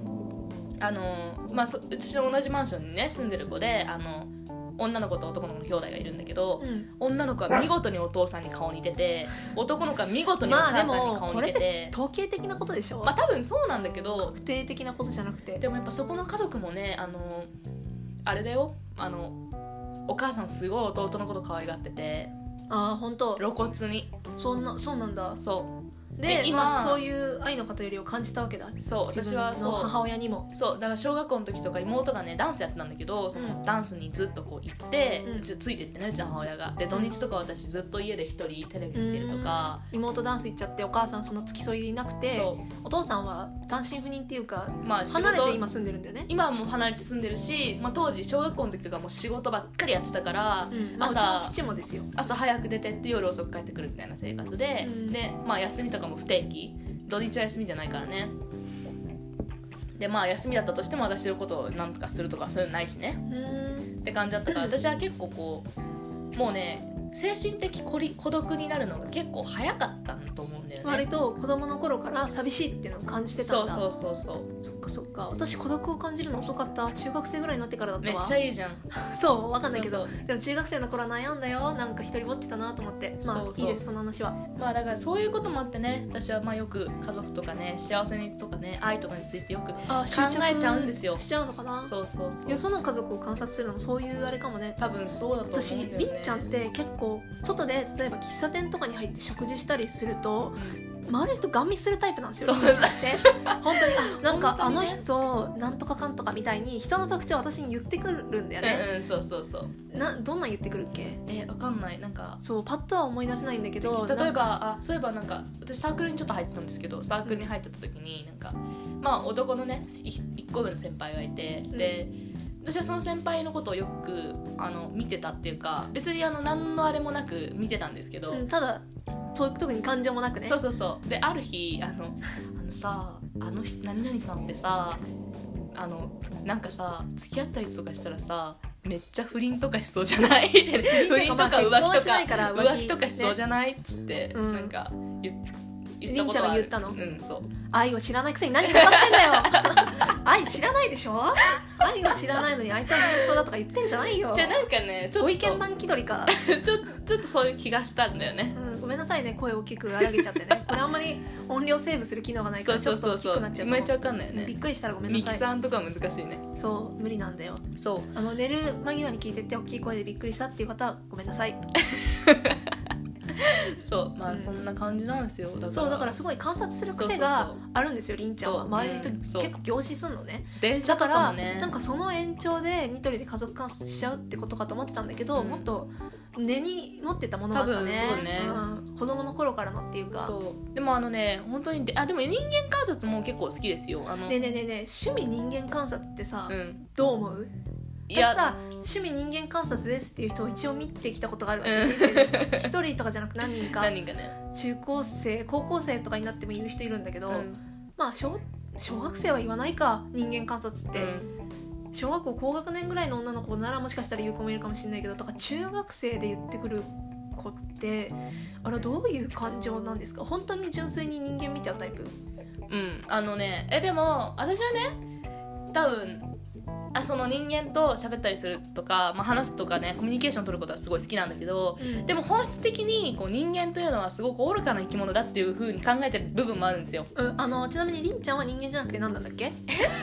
あの、まあ、そ私の同じマンションにね住んでる子であの女の子と男の子の兄弟がいるんだけど、うん女の子は見事にお父さんに顔似てて男の子は見事におまあ母でさんもに顔こ似れてってて、統計的なことでしょ、まあ、多分そうなんだけど確定的なことじゃなくてでもやっぱそこの家族もねあのあれだよあのお母さんすごい弟のこと可愛がっててああ本当露骨にそんなそうなんだそでで今、今まあそういう愛の偏りを感じたわけだうそう自私分はそのう母親にもそうだから小学校の時とか妹がねダンスやってたんだけどそのダンスにずっとこう行って、うんちょついてってねうちの母親がで土日とか私ずっと家で一人テレビ見てるとか、妹ダンス行っちゃってお母さんその付き添いでいなくてそお父さんは単身赴任っていうかうまあ仕事離れて今住んでるんだよね、今はもう離れて住んでるし、まあ、当時小学校の時とかもう仕事ばっかりやってたから、うんまあ、うち朝の父もですよ朝早く出てって夜遅く帰ってくるみたいな生活で、うんで、まあ、休みとかも不定期土日は休みじゃないからねでまあ休みだったとしても私のことを何とかするとかそういうのないしねうんって感じだったから私は結構こうもうね精神的孤立孤独になるのが結構早かったんだと思うんだよ割ねと子供の頃から寂しいっていうのを感じてたそんうだそうそうそうそっかそっか私孤独を感じるの遅かった中学生ぐらいになってからだっめたっわちゃいいじゃん そうわかんないけどそうそうでも中学生の頃は悩んだよなんか一人ぼっちだなと思ってまあそうそういいですその話はまあだからそういうこともあってね私はまあよく家族とかね幸せにとかね愛とかについてよくあ執着しちゃうのかなそうそうそうよその家族を観察するのもそういうあれかもね多分そうだと私思うんだよりねんちゃんって結構外で例えば喫茶店とかに入って食事したりするとうん周りの人ガン見するタイプなんですよそうりんちゃん って本当にあなんか、あ本当のにね人なんとかかんとかみたいに人の特徴を私に言ってくるんだよね、うんうんそうそうそうなどんなん言ってくるっけえわかんないなんかそうパッとは思い出せないんだけど例なえんかばあそういえばなんか私サークルにちょっと入ってたんですけどサークルに入ってた時になんかまあ男のねい一個上の先輩がいてで、私はその先輩のことをよくあの見てたっていうか別にあの何のあれもなく見てたんですけど、うん、ただそういう特に感情もなくねそうそうそうである日あのあのさあの人何々さんってさあのなんかさ付き合ったりとかしたらさめっちゃ不倫とかしそうじゃない 不倫とか浮まあ結婚は気しとないからか浮気浮気とかしそうじゃないっつって、うんなんか言っ言凛ちゃんが言ったこのとはあるうんそう愛を知らないくせに何語ってんだよ 愛知らないでしょ愛を知らないのにあいつは妄想だとか言ってんじゃないよじゃあなんかねちょっごと意ちょ見番気取りか、ちょっとそういう気がしたんだよねうん、ごめんなさいね声大きく荒げちゃってねこれあんまり音量セーブする機能がないかそうらちそょうっとそ大きうそくなっちゃうかうもめっちゃわかんないよびっねくりしたらごめんなミキさいさんとか難しいねそう無理なんだよそうあの寝る間際に聞いてて大きい声でびっくりしたっていう方はごめんなさいそうまうんあそんな感じなんですよだからそうだからすごい観察する癖そがうそうあるんですよりんちゃんはそう周りの人、うん結そう構凝視するのね電車だとからかもねなんかその延長でニトリで家族観察しちゃうってことかと思ってたんだけど、うんもっと根に持ってたものだったね多分そうねん子供の頃からのっていうかそうでもあのね本当にであでも人間観察も結構好きですよあの、ねえねえねえねえ趣味人間観察ってさ、うんどう思うい私やさ趣味人間観察ですっていう人を一応見てきたことがあるわうけん人生で 一人とかじゃなく何人か何人かね、中高生高校生とかになってもいる人いるんだけど、うんまあ小小学生は言わないか人間観察って、うん小学校高学年ぐらいの女の子ならもしかしたら言う子もいるかもしれないけどとか中学生で言ってくる子ってあれどういう感情なんですか本当に純粋に人間見ちゃうタイプうんあのねえでも私はね多分あその人間と喋ったりするとか、まあ、話すとかねコミュニケーション取ることはすごい好きなんだけどでもも本質的にこう人間というのはすごく愚かな生き物だっていうふうに考えてる部分もあるんですよ うん、あのちなみにりんちゃんは人間じゃなくて何なんだっけ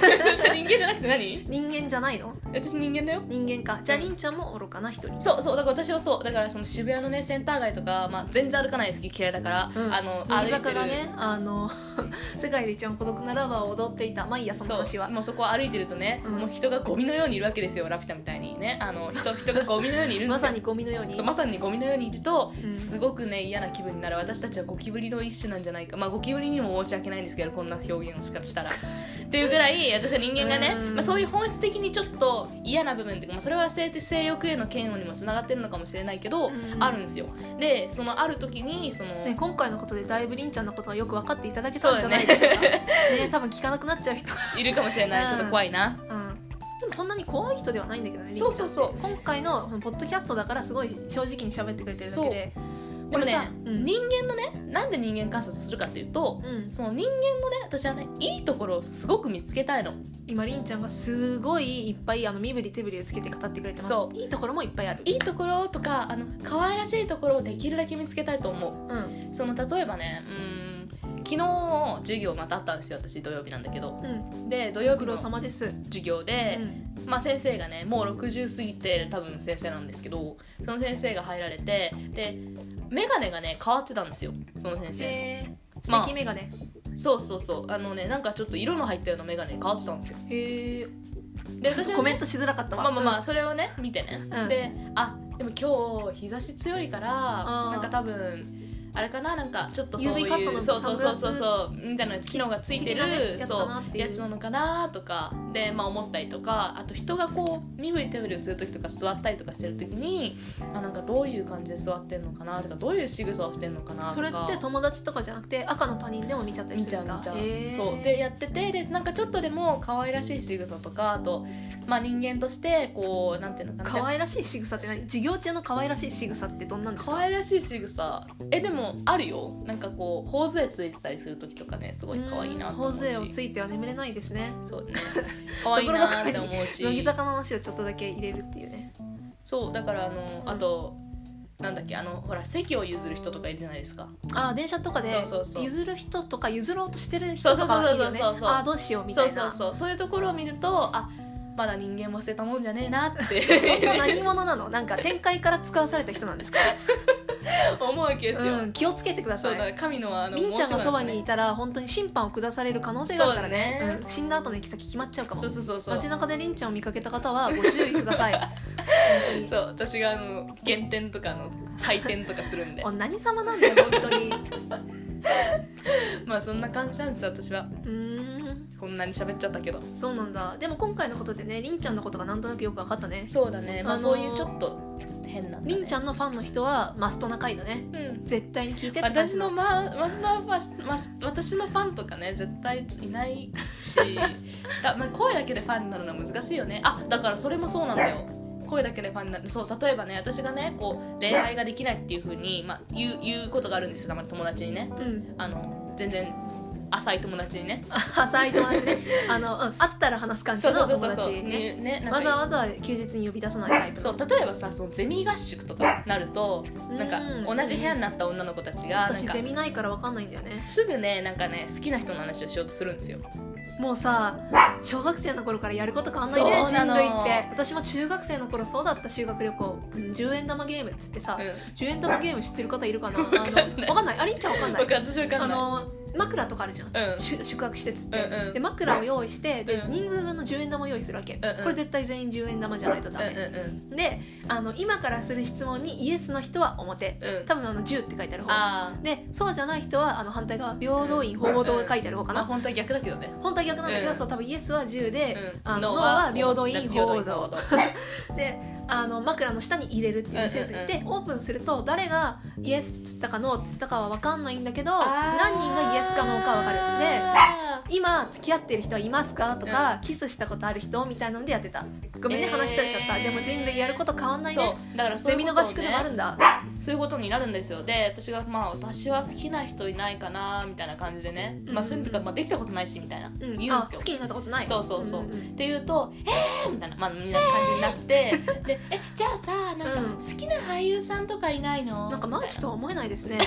私は人間じゃなくて何人間じゃないの私人間だよ人間かじゃあうんりんちゃんも愚かな一人そうそうだから私はそうだからその渋谷のねセンター街とか、まあ、全然歩かない好き嫌いだから、うんあの歩乃い木てる坂がねあの 世界で一番孤独なラバーを踊っていた毎朝のそ話うはもうそこを歩いてるとね、うんもう人がゴミのようにいるわけですよラピュタみたいにねあの人人がゴミのようにいるんでますよさにゴミのようにそうまさにゴミのようにいると、うんすごくね嫌な気分になる私たちはゴキブリの一種なんじゃないかまあゴキブリにも申し訳ないんですけどこんな表現をしかし たらっていうぐらい私は人間がね、うんまあ、そういう本質的にちょっと嫌な部分っていうか、まあ、それは性性欲への嫌悪にもつながってるのかもしれないけど、うんあるんですよでそのある時にその、ね、今回のことでだいぶりんちゃんのことがよく分かっていただけたんじゃないでしょうかね 多分聞かなくなっちゃう人、いるかもしれない、うんちょっと怖いなうん、でもそんなに怖い人ではないんだけどねそうそうそうりんちゃんって今回のこのポッドキャストだからすごい正直に喋ってくれてるだけででもねこれさ、うん人間のねなんで人間観察するかっていうと、うん、その人間のね私はねいいところをすごく見つけたいの今りんちゃんがすごいいっぱいあの身振り手振りをつけて語ってくれてますそういいところもいっぱいあるいいところとかあの可愛らしいところをできるだけ見つけたいと思うんうその例えばねうーん昨日授業またあったんですよ私土曜日なんだけどうんで土曜ご苦日労の授様です、業うで、んまあ、先生がねもう60過ぎてる多分先生なんですけどその先生が入られてで眼鏡がね変わってたんですよその先生、へえ素まあ敵メガネ、そうそうそうあのねなんかちょっと色の入ったような眼鏡に変わってたんですよへえで私はねコメントしづらかったわまあまあまあそれをね見てね、うんであでも今日日差し強いからあーなんか多分あれかななんかちょっとそういう UV カットのそうそうそうそうサンそうみたいな機能がついてる的なねやつそかうなっていうやつなのかなとかでまあ思ったりとかあと人がこう身振り手振りする時とか座ったりとかしてる時にあなんかどういう感じで座ってんのかなとかどういう仕草をしてんのかなとかそれって友達とかじゃなくて赤の他人でも見ちゃったり見すちゃるうんだ見ちゃう、へーそうでやっててでなんかちょっとでも可愛らしい仕草とかあと、まあ、人間としてこうなんていうのかな可愛らしい仕草って何授業中の可愛らしい仕草ってどんなんです可か愛らしい仕草えでもあるよなんかこう頬杖ついてたりする時とかねすごい可愛いなと頬思うし杖をついては眠れないですねそうね可愛いなって思う 乃木し坂の話をちょっとだけ入れるっていうねそうだからあのうんあとなんだっけあのほら席を譲る人とかいるじゃないですかあー電車とかでそうそうそう譲る人とか譲ろうとしてる人とかいるよねそうそうそうそうそうあーどうしようみたいそなうそうそうそういうところを見るとあまだ人間も捨てたもんじゃねえなってこん な何者なのなんか展開から使わされた人なんですか、思うわけですよ、うん、気をつけてくださそうだからい神のあのりんちゃんがそばにい申たら本当に審判を下される可能性があるからねそうだねうん死んだ後の行き先決まっちゃうかもそうそうそうそう街中でりんちゃんを見かけた方 はご注意ください本当にそう私があの減点とかの配点とかす るんでお何様なんだよ本当にまあそんな感じなんです私はうーんこんなに喋っちゃったけどそうなんだでも今回のことでねりんちゃんのことがなんとなくよく分かったねそうだねまあ、あのーそういうちょっと変なんだ、ね、りんちゃんのファンの人はマストな回だねうん絶対に聞いてって感私じののま、まままま、私のファンとかね絶対いない しだ、まあ、声だけでファンになるのは難しいよねあだからそれもそうなんだよ声だけでファンになるそう例えばね私がねこう恋愛ができないっていうふうに、まあ、言う言うことがあるんですよたまに友達にねうんあの全然浅い友達にね浅い友達ねあの、うん、会ったら話す感じそうのそうそう友そう達ねねねなんかわざわざ休日に呼び出さないタイプそのう例えばさそのゼミ合宿とかなるとなんうかん同じ部屋になった女の子たちがなん私かゼミないから分かんないんだよねすぐねなんかね好きな人の話をしようとするんですよもうさ小学生の頃からやること変わんないねそうな人の類って私も中学生の頃そうだった修学旅行、うん、10円玉ゲームっつってさ、う10円玉ゲーム知ってる方いるか なあの分かんないありんちゃん分かんんない僕は私わかあんないの枕とかあるじゃん、うんしゅ宿泊施設って、うんうんで枕を用意してで、うん人数分の10円玉を用意するわけ、んうんこれ絶対全員10円玉じゃないとダうメ、んうんうんであの今からする質問にイエスの人は表うん多分あの10って書いてある方あーでそうじゃない人はあの反対側平等院方法堂が書いてある方かまあな本当は逆だけどね本当は逆なんだけど、うんそう多分イエスは10で、うんあの脳脳はは平等院平等方院道鳳凰であの枕の下に入れるっていうセンスうんうんうんで、オープンすると誰がイエスっつったかノーっつったかは分かんないんだけどあー何人がイエスかノーかは分かるで今付き合ってる人はいますかとか、キスしたことある人みたいなのでやってたごめんね、えー話しされちゃったでも人類やること変わんないそうねだからそゼういうミこのと合を宿でもあるねんだ、そういうことになるんですよで私がまあ私は好きな人いないかなみたいな感じでねうんまあそういうのとかまあできたことないしみたいなうん言うんであすよ好きになったことないそうそうそうんんって言うと「えー!」みたいな、まあ、みんな感じになってで「えじゃあさなんうんか好きな俳優さんとかいないの?」なんかマーチとは思えないです ね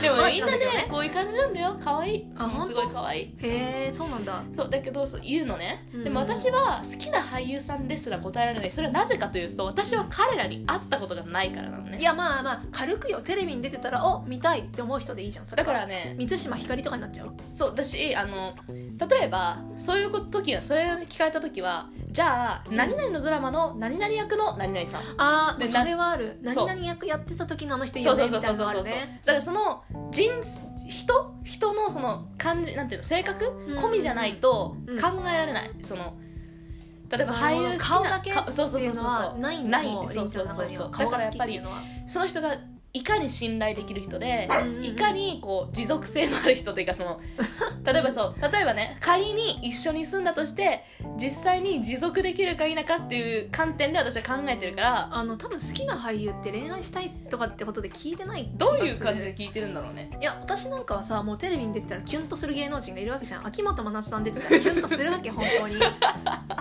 でもマーみチんなんだなけどねねこういう感じなんだよ可愛いあもう本当すごい可愛いへえそうなんだそうだけどそう言うのね、うんでも私は好きな俳優さんですら答えられないそれはなぜかというと私は彼らに会ったことがないからなのねいやまあまあ軽くよテレビに出てたらお見たいって思う人でいいじゃんそれだはからね満島ひかりとかになっちゃうそう私あの例えばそういう時はそれを聞かれた時はじゃあ何々のドラマの何々役の何々さんあであなそれはあるそう何々役やってた時のあの人いいそようそねうみたいそうそうなのそあうそるう、ねだからその人人人のその感じなんていうの性格ん込みじゃないとうん考えられない、その例えば俳優好きな顔だけかそうってそういうのそうそうはそうないんなだいもうそうそうそうそうだ顔がから好やっきぱっていりうのはその人がいかに信頼できる人で、うんうんうんいかにこう持続性のある人というか その例えばそう例えばね仮に一緒に住んだとして実際に持続できるか否かっていう観点で私は考えてるからあの多分好きな俳優って恋愛したいとかってことで聞いてない気がどするういう感じで聞いてるんだろうねいや私なんかはさもうテレビに出てたらキュンとする芸能人がいるわけじ ゃん秋元真夏さん出てたらキュンとするわけ本当に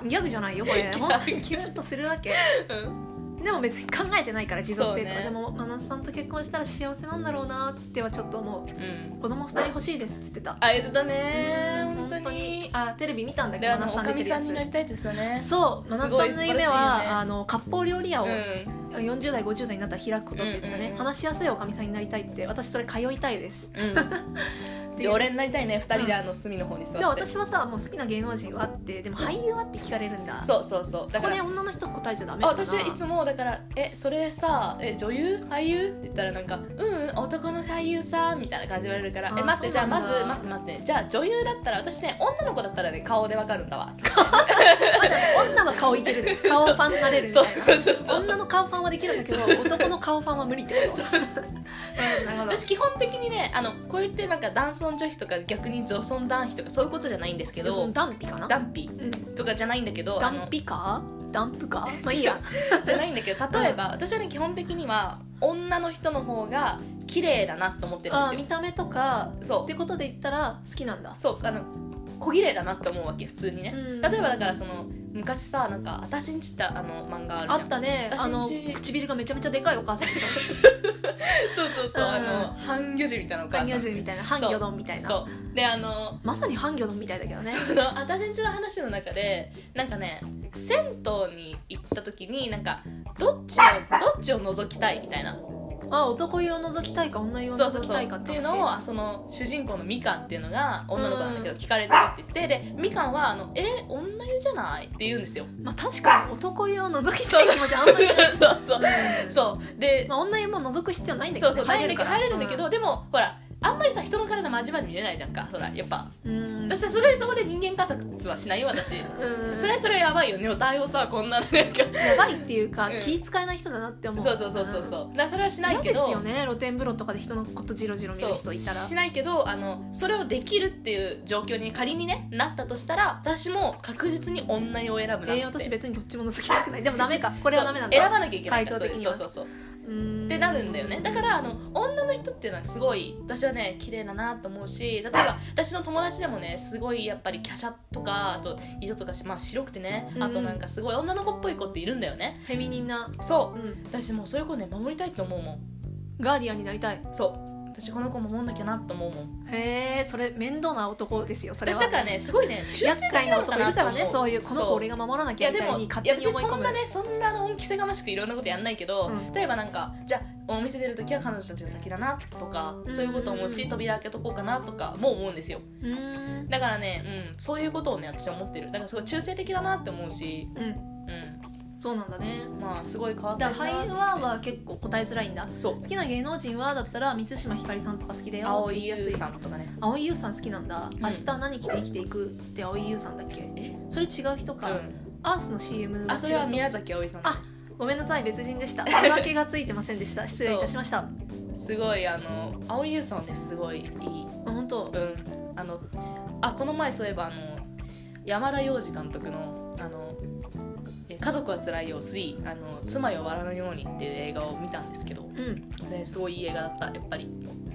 ギャグじゃないよこれ ギャグ本当にキュンとするわけうんでも別に考えてないから持続性とか、そうねでも真夏さんと結婚したら幸せなんだろうなってはちょっと思うんう子供二人欲しいですっつってたあえてたね本当にあテレビ見たんだけでどあ真のお夏さんか出みてるさやんにつなりたいですよねそう真夏さんの夢すごい素晴らは、しいよねあの割烹料理屋をう40代50代になったら開くことって言ってたね、うんうんうん話しやすいおかみさんになりたいって私それ通いたいですん、うん、常連になりたいね二人であの隅の方に座って、でも私はさもう好きな芸能人はってでも俳優はって聞かれるんだそうそうそうそだかこらで女の人答えちゃダメあかな私いつもだから「えそれさえ女優俳優?」って言ったらなんか「うんうん男の俳優さ」みたいな感じで言われるから「あえ待ってじそゃうあなまんだず待って待ってじゃあ女優だったら私ね女の子だったらね顔でわかるんだわ」女は顔いける顔ファンになれるみそうたいそうそうな女の顔ファンはできるんだけど男の顔ファンは無理ってことなるほどなるほ私基本的にねあのこう言ってなんか男尊女卑とか逆に女尊男卑とかそういうことじゃないんですけどそどのダンピかな男卑うんとかじゃないんだけどダあのンピかダンプかまあいいや じゃないんだけど例えば、私はね基本的には女の人の方が綺麗だなと思ってるあんで見た目とかすよっそてことで言ったら好きなんだうそうあの小綺麗だなって思うわけ普通にね、うん例えばだからその昔さなんか私んちってあの漫画あるじゃあんったね私んちあの唇がめちゃめちゃでかいお母さんでしょそうそうそう、うんあの半魚人みたいなお母さ半ん魚人みたいな半魚丼みたいなそうであのまさに半魚丼みたいだけどねその私んちの話の中でなんかね銭湯に行った時になんかどっちをどっちを覗きたいみたいなあ男湯を覗きたいか女湯をそうそ覗うきそたういかっってていう話のをその主人公のみかんっていうのが女の子なんだけど聞かれてるって言ってでみかんはあの「え女湯じゃない?」って言うんですよ。まあ確かに男湯を覗きたい気持ちあんまりない そうそう そうでまあ女湯も覗く必要ないんだけそど、ね、うそう入れる入れるんだけど、うでもほらあんまりさ人の体まじまじ見れないじゃんかほらやっぱうん私さすがにそこで人間観察はしないよ私うんそれはそれやばいよねお対応さこんなのなんかやばいっていうか、うん気使えない人だなって思うそうそうそうそうそうだからそれはしないけ嫌ですどよね露天風呂とかで人のことジロジロ見そるう人いたらしないけどあのそれをできるっていう状況に仮にねなったとしたら私も確実に女湯を選ぶなってえー、私別にどっちも覗きたくないでもダメかこれはダメなんそうだ選ばなきゃいけないから回答的にはそうそうそうそううんってなるんだよねだからあの女の人っていうのはすごい私はね綺麗だなと思うし例えば私の友達でもねすごいやっぱり華奢とかあと色とかし、まあ、白くてねうんあとなんかすごい女の子っぽい子っているんだよねフェミニンな、、そううん私もうそういう子ね守りたいと思うもんガーディアンになりたいそう私この子守んなきゃなと思うもんへえそれ面倒な男ですよそれは私だからねすごいね忠厄誠的介ななの男かいなるとから思うねそういうこの子俺がが守らないきゃやみでたいもに勝い手やに別に思いそ込んむなねそんなあの恩着せがましくいろんなことやんないけど、うん例えばなんかじゃあお店出る時は彼女たちが先だなとかうんそういうこと思うし扉開けとこうかなとかも思うんですようーんだからね、うん、そういうことをね私は思ってるだからすごい中性的だなって思うし、うんうそうなんだねん、まあすごい変わっただなから俳優はは結構答えづらいんだそ好うきな芸能人はだったら満島ひかりさんとか好きだよっ青て言い井やす優いさんとかね蒼井優さん好きなんだ、ん明日何着て生きていくって蒼井優さんだっけえそれ違う人か、うん、アースの CM あそれ違はう人宮崎あおいさんあごめんなさい別人で した見分けがついてませんでした失礼いたしましたすごいあの青井優さんはねすごいいいあ本当うんあのあこの前そういえばあの山田洋次監督の「あのえ家族はつらいよ3あの妻よ笑わぬように」っていう映画を見たんですけどうんあれすごいいい映画だったやっぱり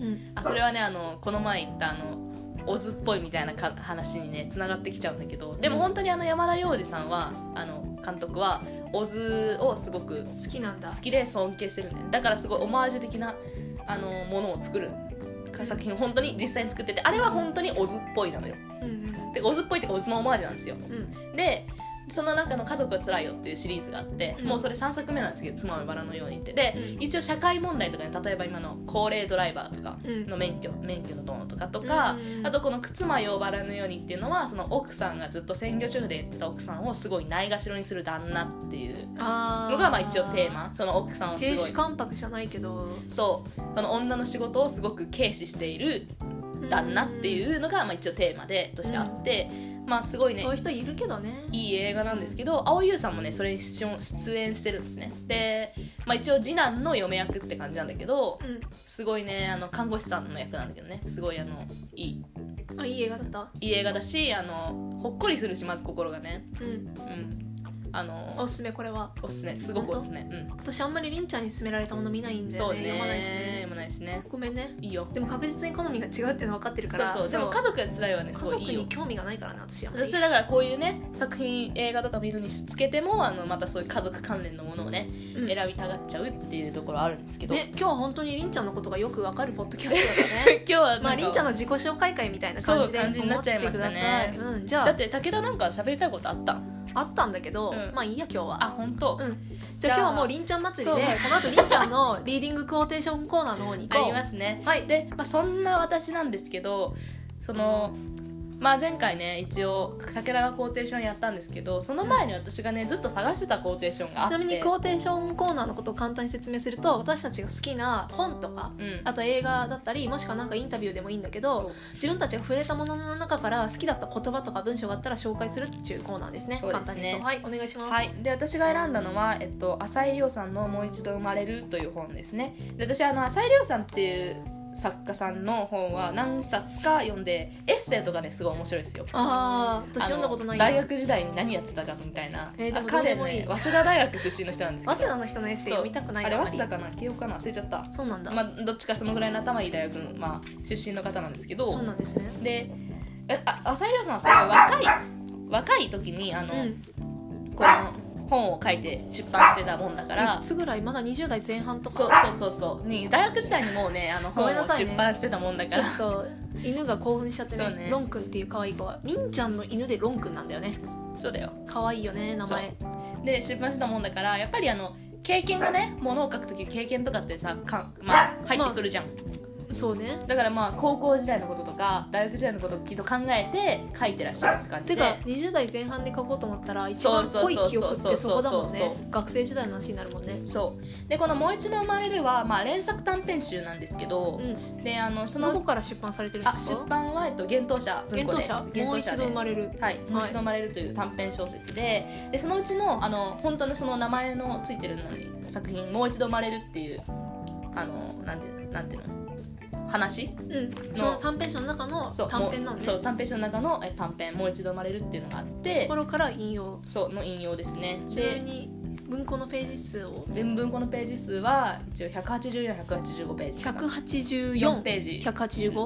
うんあそれはねあのこの前言ったあのオズっぽいみたいなか話にねつながってきちゃうんだけどでも本当にあの山田洋次さんはあの監督はオズをすごく好きなんだ好きで尊敬してるんだよねだからすごいオマージュ的なあのものを作る作品を本当に実際に作っててあれは本当にオズっぽいなのようんでオズっぽいっていうかオズのオマージュなんですようんうんでその中の「家族はつらいよ」っていうシリーズがあって、うんもうそれ3作目なんですけど「妻はバラのように」ってでうん一応社会問題とかね例えば今の高齢ドライバーとかうんの免許、免許のどうのとかとか、うんあとこの「妻よバラのように」っていうのはその奥さんがずっと専業主婦でやってた奥さんをすごいないがしろにする旦那っていうあーのがまあ一応テーマその奥さんをす亭ご主い関白じゃないけどそうその女の仕事をすごく軽視している旦那ってういうのがまあ一応テーマでとしてあって、まあすごいんねそういう人いるけどねいい映画なんですけど蒼井優さんもねそれに出演出演してるんですねで、まあ、一応次男の嫁役って感じなんだけどうすごいねあの看護師さんの役なんだけどねすごいあのいいんあいい映画だったいい映画だしあのほっこりするしまず心がねうんうんあのおすすめこれはおすすめすごくおすすめうん私あんまりりんちゃんに勧められたもの見ないんだそようねね読まないしね読まないしねごめんねいいよでも確実に好みが違うっていうのは分かってるかそうらそうでも家族が辛いはね家すご族いいいよに興味がないからな私はそれだからこういうね作品映画とか見るにつけてもあのまたそういう家族関連のものをね、うん選びたがっちゃうっていうところあるんですけど、ね、今日は本当にりんちゃんのことがよくわかるポッドキャストだ ね今日はまありりんちゃんの自己紹介会みたいな感じでそう感じになっちゃいましたね思ってくださいうん、じゃだあって武田なんか喋りたいことあったあったんだけど、うんまあいいや今日はあ本当、うんじゃあじゃあ今日はもうりんちゃん祭りでそこの後りんちゃんのリーディングクォーテーションコーナーの方に行あこうりますねはいで、まあ、そんな私なんですけどその、まあ、前回ね一応武田がコーテーションやったんですけどその前に私がねずっと探してたコーテーションがあっちてなみにクォーテーションコーナーのことを簡単に説明すると私たちが好きな本とかうんあと映画だったりもしくはなんかインタビューでもいいんだけどそう自分たちが触れたものの中から好きだった言葉とか文章があったら紹介するっていうコーナーですねそうですね簡単に言うとはいお願いします、はい、で私が選んだのは、えっと、浅井亮さんの「もう一度生まれる」という本ですねで私あの浅井亮さんっていう作家さんの本は何冊か読んでエッセイとかねすごい面白いですよああ私読んだことないなあの大学時代に何やってたかみたいな、えーでもあどうで彼もいいね早稲田大学出身の人なんですけ早ど稲田の人のエッセイそう読みたくないあれな早あんま稲り田かな慶応かな忘れちゃった、そうなんだ、まあ、どっちかそのぐらいの頭いい大学の、まあ、出身の方なんですけどそうなんですねでえあ浅井亮さんはすごい若い若い時にあの、うんこの本を書いて出版してたもんだかいらくつぐらいまだ20代前半とかそうそうそうそうに大学時代にもうねあのご本をめんなさい出ね版してたもんだかちょら、っと犬が興奮しちゃってそうねねロンくんっていう可愛い子はりんちゃんの犬でロンくんなんだよねそうだよ可愛いよね名前で出版してたもんだからやっぱりあの経験がねものを書く時経験とかってさかん、まあ、入ってくるじゃん、そうねだからまあ高校時代のこととか大学時代のことをきっと考えて書いてらっしゃるって感じてでか20代前半で書こうと思ったら一番濃い記憶ってそこだもんそうそうそうそねうそ学生時代の話になるもんねそうでこの「もう一度生まれるは」まあ、連作短編集なんですけどう、んであのそどこのから出版されてるんあです出か版は、えっと、幻冬者文幻庫冬です者もう一で度生まれるはい、もう一度生まれるという短編小説ででそのうちのあの本当のその名前のついてるのに作品「もう一度生まれる」っていうあのなんていうなんていうの話うんその短編集の中のそう短編なんもでうそう短編集の中のえ短編「もう一度生まれる」っていうのがあってところから引用そうの引用ですねちなみでに文庫のページ数を全文庫のページ数は一応184や185ページかな4 184ページ185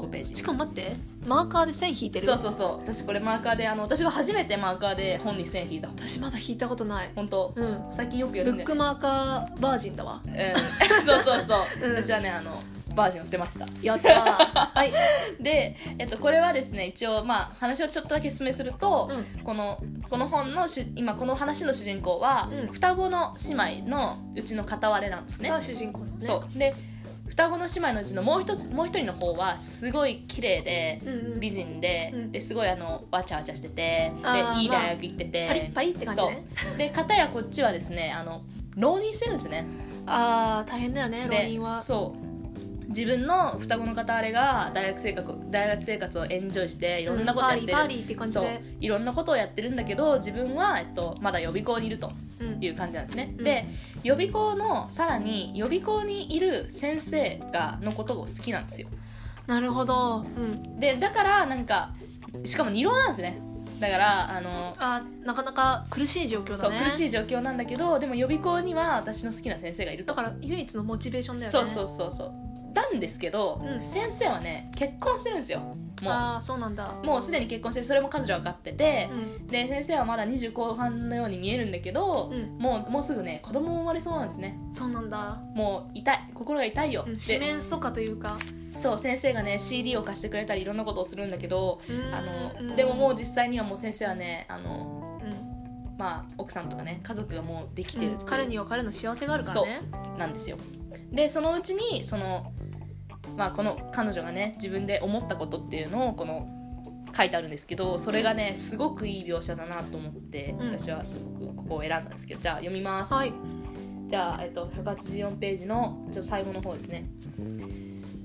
ペー 185? ジしかも待ってマーカーで線引いてるそうそうそう私これマーカーであの私が初めてマーカーで本に線引いた私まだ引いたことない本当うん最近よくやブるんだックよねマーカーバージンだわうん そうそうそう、うん私はねあのバージョンを捨てましたやったー はいで、えっと、これはですね一応、まあ、話をちょっとだけ説明すると、うこのこの本の主今この話の主人公は、うん双子の姉妹のうちの片割れなんですねが主人公のねそうで双子の姉妹のうちのもう一つもう一人の方はすごい綺麗でうんうん美人で,、うんですごいあのわちゃわちゃしててあーでいい大学行ってて、パリッパリって感じねそうで片やこっちはですねあの浪人してるんですねあー大変だよね浪で人はそう自分の双子の片割れが大学生活を大学生活をエンジョイしていろんなことやってる、パーリーパーリーって感じそうでいろんなことをやってるんだけど自分は、えっと、まだ予備校にいるとうんいう感じなんですね、うんで予備校のさらに予備校にいる先生がのことを好きなんですよなるほどうんでだからなんかしかも二浪なんですねだからあのあーなかなか苦しい状況そだうね苦しい状況なんだけどでも予備校には私の好きな先生がいるとだから唯一のモチベーションだよねそうそうそうそうなんですけど、うん先生はね結婚してるんですよもああそうなんだうもうすでに結婚してそれも彼女は分かっててう、んで先生はまだ20後半のように見えるんだけど、うんもうもうすぐね子供も生まれそうなんですねそうなんだもう痛い心が痛いよ、うん四で面楚歌というかそう先生がね CD を貸してくれたりいろんなことをするんだけどうーんあの、うんでももう実際にはもう先生はねあのうんまあ奥さんとかね家族がもうできてるっていう彼には彼の幸せがあるからねなんですよでそのうちにその、まあ、この彼女がね自分で思ったことっていうのをこの書いてあるんですけどそれがねすごくいい描写だなと思って、うん私はすごくここを選んだんですけどじゃあ読みますはいじゃあ、えっと、184ページのちょっと最後の方ですね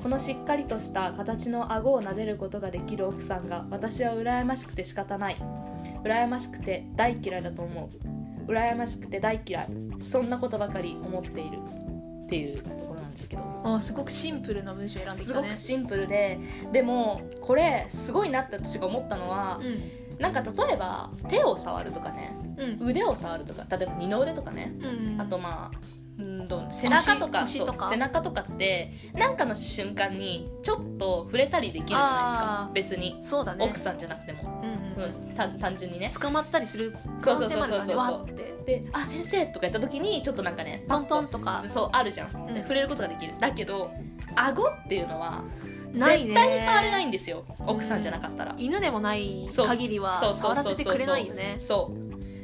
このしっかりとした形の顎を撫でることができる奥さんが私は羨ましくて仕方ない羨ましくて大嫌いだと思う羨ましくて大嫌いそんなことばかり思っているっていうところなんですけどあーすごくシンプルな文章選んできすたごねくシンプルででもこれすごいなって私が思ったのはう、んなんか例えば手を触るとかねうん腕を触るとか例えば二の腕とかねうんあとまあうんと背中とか腰そうとか背中とかってなんかの瞬間にちょっと触れたりできるじゃあーないですか別に、そうだね奥さんじゃなくても、うんうんうん、た単純にね捕まったりする可能性もあるからねそうそうそうそうそうわーってで「あ先生」とか言った時にちょっとなんかねトントンとかそうあるじゃん、うんで触れることができるだけど顎っていうのはないね絶対に触れないんですよ奥さんじゃなかったら、犬でもないそう限りそはうそう触そうらそうせてくれないよねそ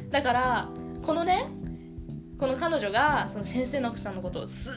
うだからこのねこの彼女がその先生の奥さんのことをすっ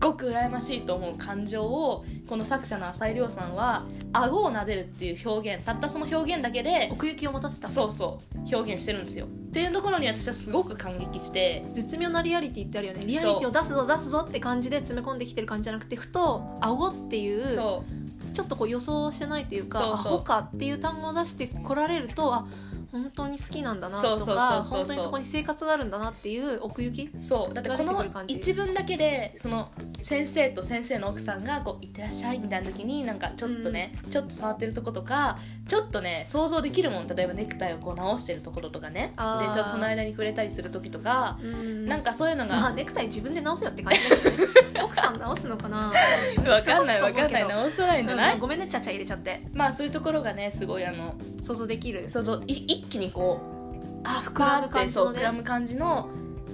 ごく羨ましいと思う感情をこの作者の浅井亮さんは顎を撫でるっていう表現たったその表現だけで奥行きを持たせたそうそう表現してるんですよっていうところに私はすごく感激して絶妙なリアリティってあるよねリアリティを出すぞ出すぞって感じで詰め込んできてる感じじゃなくてふと「顎っていうそうちょっとこう予想してないというか「そうアそうホか」っていう単語を出してこられるとあ本当に好きなんだなそうとそうそうかそうそう本当にそこに生活があるんだなっていう奥行きそうだってこが出てくのる感じ一文だけでその先生と先生の奥さんがこう「いってらっしゃい」みたいな時になんかちょっとね、ちょっと触ってるとことかちょっとね想像できるもん例えばネクタイをこう直してるところとかねでちあーょっとその間に触れたりする時とか、うんなんかそういうのが、まあネクタイ自分で直せよって感じだけ ど奥さん直すのかなわかんないわか直すと思うんないけど直さないんじゃない、うんごめんねちゃちゃ入れちゃってまあそういうところがねすごいあの想像できる想像い一気にこうあ膨らむ感じのねそう膨らむ感じの、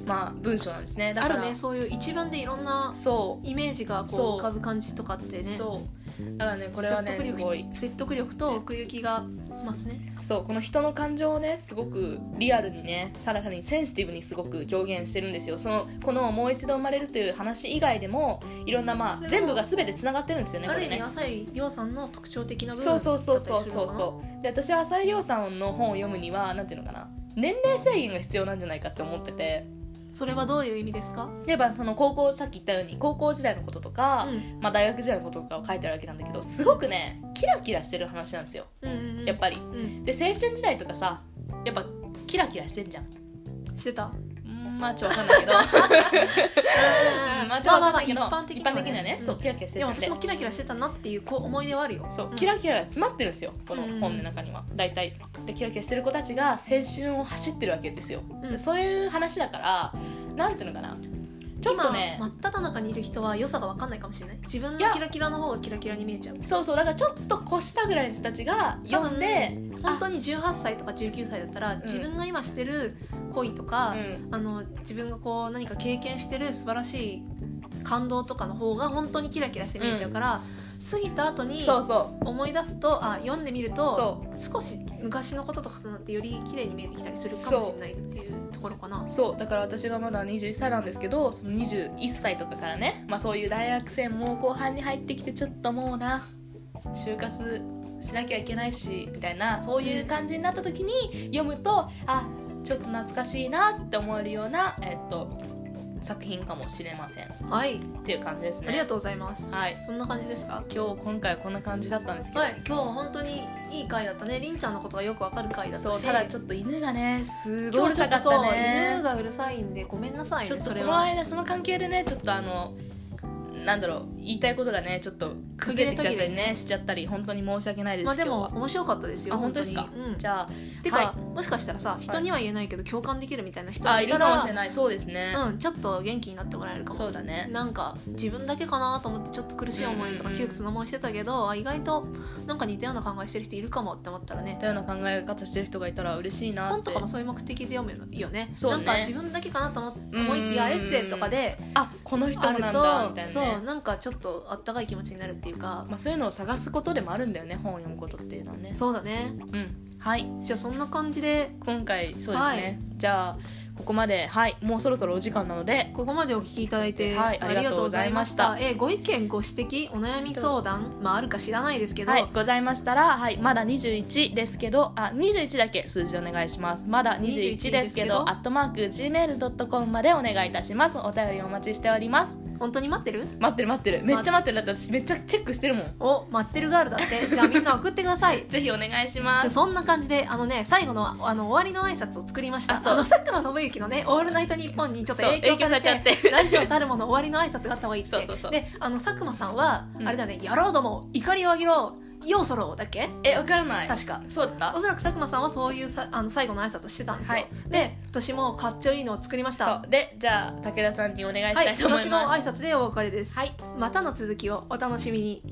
まあ、文章なんですねだあからるねそういう一番でいろんなそうイメージがそこうう浮かぶ感じとかってねそうだからねこれはね説す得力ごい説得力と奥行きがますねそうこの人の感情をねすごくリアルにねさらにセンシティブにすごく表現してるんですよそのこの「もう一度生まれる」という話以外でもいろんなそまあれは全部が全てつながってるんですよねあこるれ意味ね浅井亮さんの特徴的な部分そうそうそうそうだったそうりするのかそうで私は浅井亮さんの本を読むにはなんていうのかな年齢制限が必要なんじゃないかって思っててなそれはどういう意味ですか例えばその高校さっき言ったように高校時代のこととか、うんまあ、大学時代のこととかを書いてあるわけなんだけどすごくねキラキラしてる話なんですようんうんやっぱりうんで青春時代とかさやっぱキラキラしてんじゃんしてたうんまあちょっとわかんないけど うんまあちょっとわかんないけどまあまあまあ一般的にはねにはね、うんそうキラキラしてでるもんで私もキラキラしてたなっていうこう思い出はあるよそう、うんキラキラが詰まってるんですよこのうん本の中には大体でキラキラしてる子たちが青春を走ってるわけですよ、うんでそういう話だからなんていうのかなちょっと今ね真っ只中にいる人は良さが分かんないかもしれない自分いやのキラキラの方がキラキラに見えちゃうそうそうだからちょっと越したぐらいの人たちが読んで、本当に18歳とか19歳だったら、ん自分が今してる恋とか、うんあの自分がこう何か経験してる素晴らしい感動とかの方が本当にキラキラして見えちゃうから、過ぎた後にそうそう思い出すとあ読んでみるとそう少し昔のこととかとなってより綺麗に見えてきたりするかもしれないっていうところかな。そうだから私がまだ21歳なんですけどその21歳とかからね、まあ、そういう大学生も後半に入ってきてちょっともうな就活しなきゃいけないしみたいなそういう感じになった時に読むとあちょっと懐かしいなって思えるような、えっと、作品かもしれませんっはい、ていう感じですねありがとうございます。はいそんな感じですか。今日今回はこんな感じだったんですけど、はい、今日は本当にいい回だったね。りんちゃんのことがよくわかる回だったし。そうただちょっと犬がねすごい今うる日ちょっさかとっそうたね犬がうるさいんでごめんなさいね。ちょっとそそれのは間その関係でねちょっとあのなんだろう言いたいことがねちょっと崩れてきちゃった途り切れ途切ねしちゃったり本当に申し訳ないですまあで今日もは面白かったですよ。あ本当ですかにうんじゃてか、はもしかしたらさ人には言えないけど共感できるみたいな人あがあいいるた、からもしれないそうですね、うん、ちょっと元気になってもらえるかもそうだねなんか自分だけかなと思ってちょっと苦しい思いとうかんうんうん窮屈な思いしてたけどあ意外となんか似たような考えしてる人いるかもって思ったらね似たような考え方してる人がいたら嬉しいなっ本てとかもそういう目的で読むのいいよねそうねなんか自分だけかなと思って思いきうやんエうんうんッセイとかであこの人あもるなんとだみたいそなうねなんかちょっとあったかい気持ちになるっていうか、まあ、そういうのを探すことでもあるんだよね本を読むことっていうのはねそうだねうんはいじゃあそんな感じで今回そうですね、はいじゃあここまではいもうそろそろお時間なのでここまでお聞きいただいて、はいありがとうございましたありがとうございましたえーご意見、ご指摘、お悩み相談、まああるか知らないですけど、はい、ございましたら、はい、まだ21ですけど、あ、21だけ数字お願いします。まだ21ですけど、アットマーク gmail.com までお願いいたします。お便りお待ちしております。本当に待ってる？待ってる待ってる。めっちゃ待ってる。だって私めっちゃチェックしてるもん。お、待ってるガールだって。 じゃあみんな送ってください。ぜひお願いしじゃまあす。そんな感じであのね最後のあの終わりの挨拶を作りましたああそうの佐久間信之のね「オールナイトニッポン」にちょっとそう影響されて影響されちゃってラジオたるもの終わりの挨拶があった方がいいってそうそうそうであの佐久間さんは、うんあれだね「やろうども怒りをあげろ「ようそろ」だっけ えわからない確かそうだったおそらく佐久間さんはそういうさあの最後の挨拶をしてたんですよ、はいで私もかっちょいいのを作りましたそうでじゃあ武田さんにお願いしはたいいと思います、私の挨拶でお別れです、はいまたの続きをお楽しみに